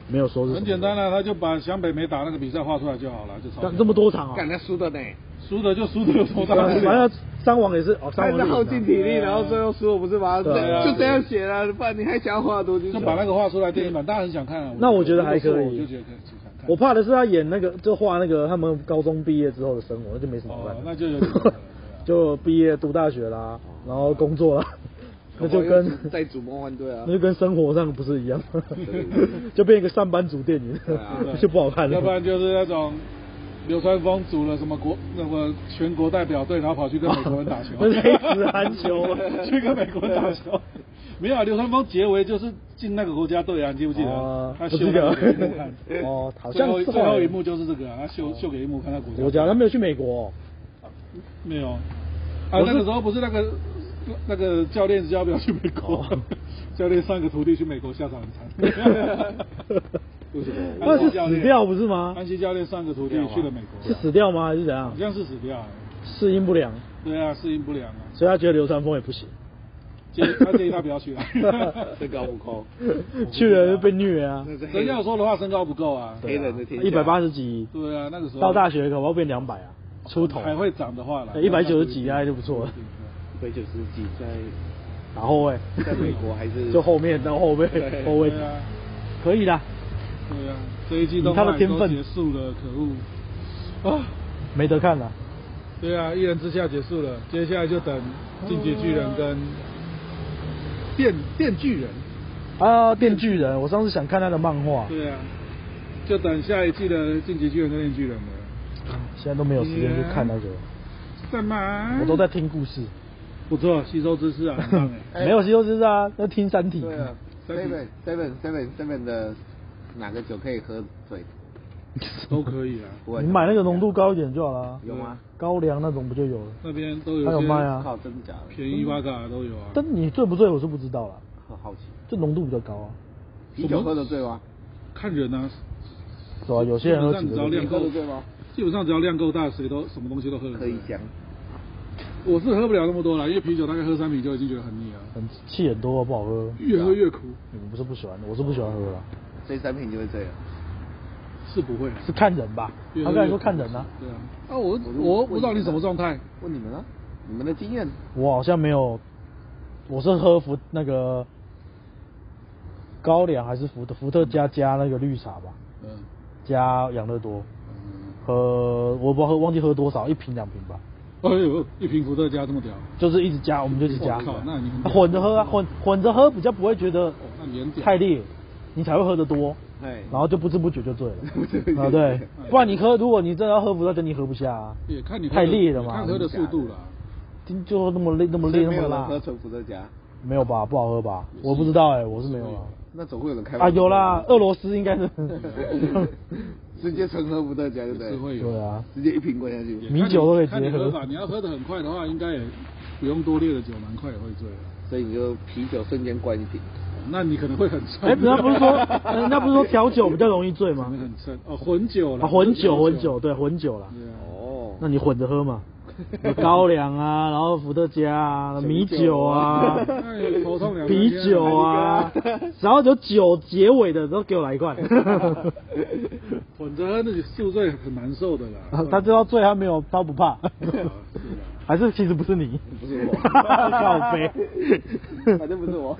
S1: 没有说是什么
S2: 很简单，啊，他就把湘北没打那个比赛画出来就好了，就超
S1: 但这么多场啊，啊
S3: 干他输的呢，
S2: 输的就输的有多大？
S1: 完了伤亡也是哦，伤
S3: 他
S1: 亡
S3: 是
S1: 也是
S3: 耗尽体力，然后最后输了不是吗？
S1: 对啊
S3: 这就这样写了，不然你还想要花多久？
S2: 就把那个画出来电影版，大家很想看啊。
S1: 那我觉得还可以
S2: 如果是我就觉得可以去看看。
S1: 我怕的是他演那个，就画那个他们高中毕业之后的生活，那就没什么办法
S2: 哦，那就
S1: [laughs]
S2: 有点可能
S1: 就毕业读大学啦，然后工作啦，那就跟
S3: 在主梦幻队啊
S1: 那，就跟生活上不是一样吗
S3: 对，
S1: [laughs] 就变一个上班族电影
S3: 对啊
S2: 对，
S1: 就不好看了。
S2: 要不然就是那种流川枫组了什么国那么全国代表队，然后跑去跟美国人打球
S1: [laughs] ，那是黑子篮球啊
S2: [laughs] 去跟美国人打球。没有、啊，流川枫结尾就是进那个国家队啊，你记不记得？
S1: 哦
S2: 他
S1: 不
S2: 秀
S1: 记
S2: 那
S1: 得
S2: 个给樱木看
S1: [laughs] 哦好
S2: 最
S1: 像
S2: 后
S1: 是
S2: 最后
S1: 欸
S2: 一幕就是这个啊，他秀秀给樱木看他国家队
S1: 国家他没有去美国哦，
S2: 没有
S1: 我
S2: 啊，
S1: 是
S2: 那个时候不是那个那个教练要不要去美国？
S1: 哦
S2: [laughs] 教练上一个徒弟去美国，下场
S1: [laughs]
S2: 很惨。
S3: 为什么
S1: 那是死掉不是吗？啊
S2: 安西教练上一个徒弟去了美国，
S1: 是死掉啊吗？还是怎样
S2: 好？像是死掉、欸。
S1: 适应不良，
S2: 对啊，适应不良啊，
S1: 所以他觉得流川枫也不行，
S2: 建 [laughs] 议他建议他不要
S1: [laughs]
S2: 去啊。
S3: 身高不
S2: [laughs]
S3: 高，
S1: 去了就被虐啊，
S3: 那是黑
S2: 真要
S3: 人
S2: 说的话，身高不够啊。
S3: 黑人的天下
S1: 一百八十几，
S2: 对啊，那个时候
S1: 到大学可能要变两百啊，出头哎
S2: 还会长的话了，
S1: 啊一百九十几啊就不错了。
S3: 一百九十几在
S1: 打后卫，
S4: 在美国还是
S1: 就后面到后卫
S2: 对
S1: 后卫
S2: 对啊，
S1: 可以的，
S2: 对啊，这一季动
S1: 他
S2: 画
S1: 的天分
S2: 都结束了，可恶啊！
S1: 没得看了。
S2: 对啊，一人之下结束了，接下来就等进击巨人跟
S1: 哦
S2: 电电锯人，
S1: 啊，电锯人，我上次想看他的漫画，
S2: 对啊，就等下一季的进击巨人跟电锯人了。
S1: 现在都没有时间去看那个，
S2: 干嘛？
S1: 我都在听故事，
S2: 不错，吸收知啊识啊，很
S1: [laughs]
S2: 棒哎。
S1: 没有吸收知识啊，要听《三体》。
S4: 对啊，seven seven seven seven 的哪个酒可以喝水？
S2: 都
S1: [laughs]
S2: 可以啊，
S4: 不会
S1: 你买那个浓度高一点就好了，
S4: 有吗？
S1: 高粱那种不就有了？
S2: 那边都有
S1: 还有
S2: 些
S1: 卖啊
S4: 靠，真的假的？
S2: 便宜哇嘎都有啊。
S1: 但你醉不醉我是不知道啦，
S4: 好好奇，
S1: 就浓度比较高啊。
S4: 啤酒喝的醉吗？
S2: 看人啊，
S1: 是吧？啊有些人喝几
S2: 基本上只要
S1: 个
S2: 量
S1: 就，
S4: 你喝
S2: 够
S4: 得醉吗，
S2: 基本上只要量够大，谁都什么东西都喝得
S4: 喝
S2: 醉
S4: 一箱，
S2: 我是喝不了那么多啦，因为啤酒大概喝三瓶就已经觉得很腻了，
S1: 很气很多，不好喝。
S2: 越喝越苦，
S1: 你们不是不喜欢，我是不喜欢喝啦，
S4: 所以三瓶就会醉了。
S2: 是不会啊。
S1: 是看人吧？
S2: 越
S1: 他
S2: 喝
S1: 刚才
S2: 越
S1: 说
S2: 苦
S1: 看人啊，
S2: 对啊，啊我我我不知道你什么状态，
S4: 问你们呢？你们的经验？
S1: 我好像没有，我是喝伏那个高粱还是伏特伏特加加那个绿茶吧，
S2: 嗯，
S1: 加养乐多，喝我不知道喝忘记喝多少，一瓶两瓶吧，
S2: 哎呦，一瓶伏特加这么屌，
S1: 就是一直加，我们就一直加，
S2: 哦我靠那你很屌
S1: 混着喝啊，混混着喝比较不会觉得
S2: 哦那你很屌
S1: 太烈，你才会喝得多。
S4: 哎，
S1: 然后就不知不觉就醉了
S4: 不知不觉
S1: 啊，对，不然你喝，如果你真的要喝伏特加，你喝不下啊，
S2: 也看你喝
S1: 太
S2: 的
S1: 烈了
S2: 也
S1: 嘛，
S2: 看喝的速度啦。
S1: 就就那么烈，那么
S4: 所以
S1: 烈，
S4: 没
S1: 那
S4: 有
S1: 么
S4: 人
S1: 辣
S4: 喝，纯伏特加，
S1: 没有吧？不好喝吧？我不知道哎，我是没有啊。
S4: 那总会有人开
S1: 啊，有啦，，俄罗斯应该是，
S2: [laughs]
S4: 直接纯喝伏特加，对不
S2: 是会
S4: 对？
S2: 有
S1: 对啊，
S4: 直接一瓶灌下去
S2: 也，
S1: 米酒都可以
S2: 看你
S1: 直接喝
S2: 看你法，你要喝的很快的话，应该也不用多烈的酒，蛮快也会醉的。
S4: 所以你就啤酒瞬间灌一瓶。
S2: 那你可能会很撑。
S1: 哎，人家不是
S2: [laughs]
S1: 说，人家不是说调酒比较容易醉
S2: 可
S1: 吗
S2: 能？很撑哦，混酒了、
S1: 啊，混酒，混酒，对，混酒啦。
S2: 对啊
S4: 哦，
S1: 那你混着喝 [laughs] 嘛，有高粱啊，然后伏特加啊，米酒啊 [laughs]
S2: 哎呦头痛，两
S1: 啤
S2: 天啊
S1: 酒啊，只要有酒结尾的都给我来一 [laughs] 罐。
S2: [laughs] 混着喝那宿醉很难受的啦
S1: 啊。他知道醉，他没有，他不怕。还是其实不是你，
S4: 不是我
S2: [laughs]
S1: [laughs] 靠背，
S4: 反正不是我。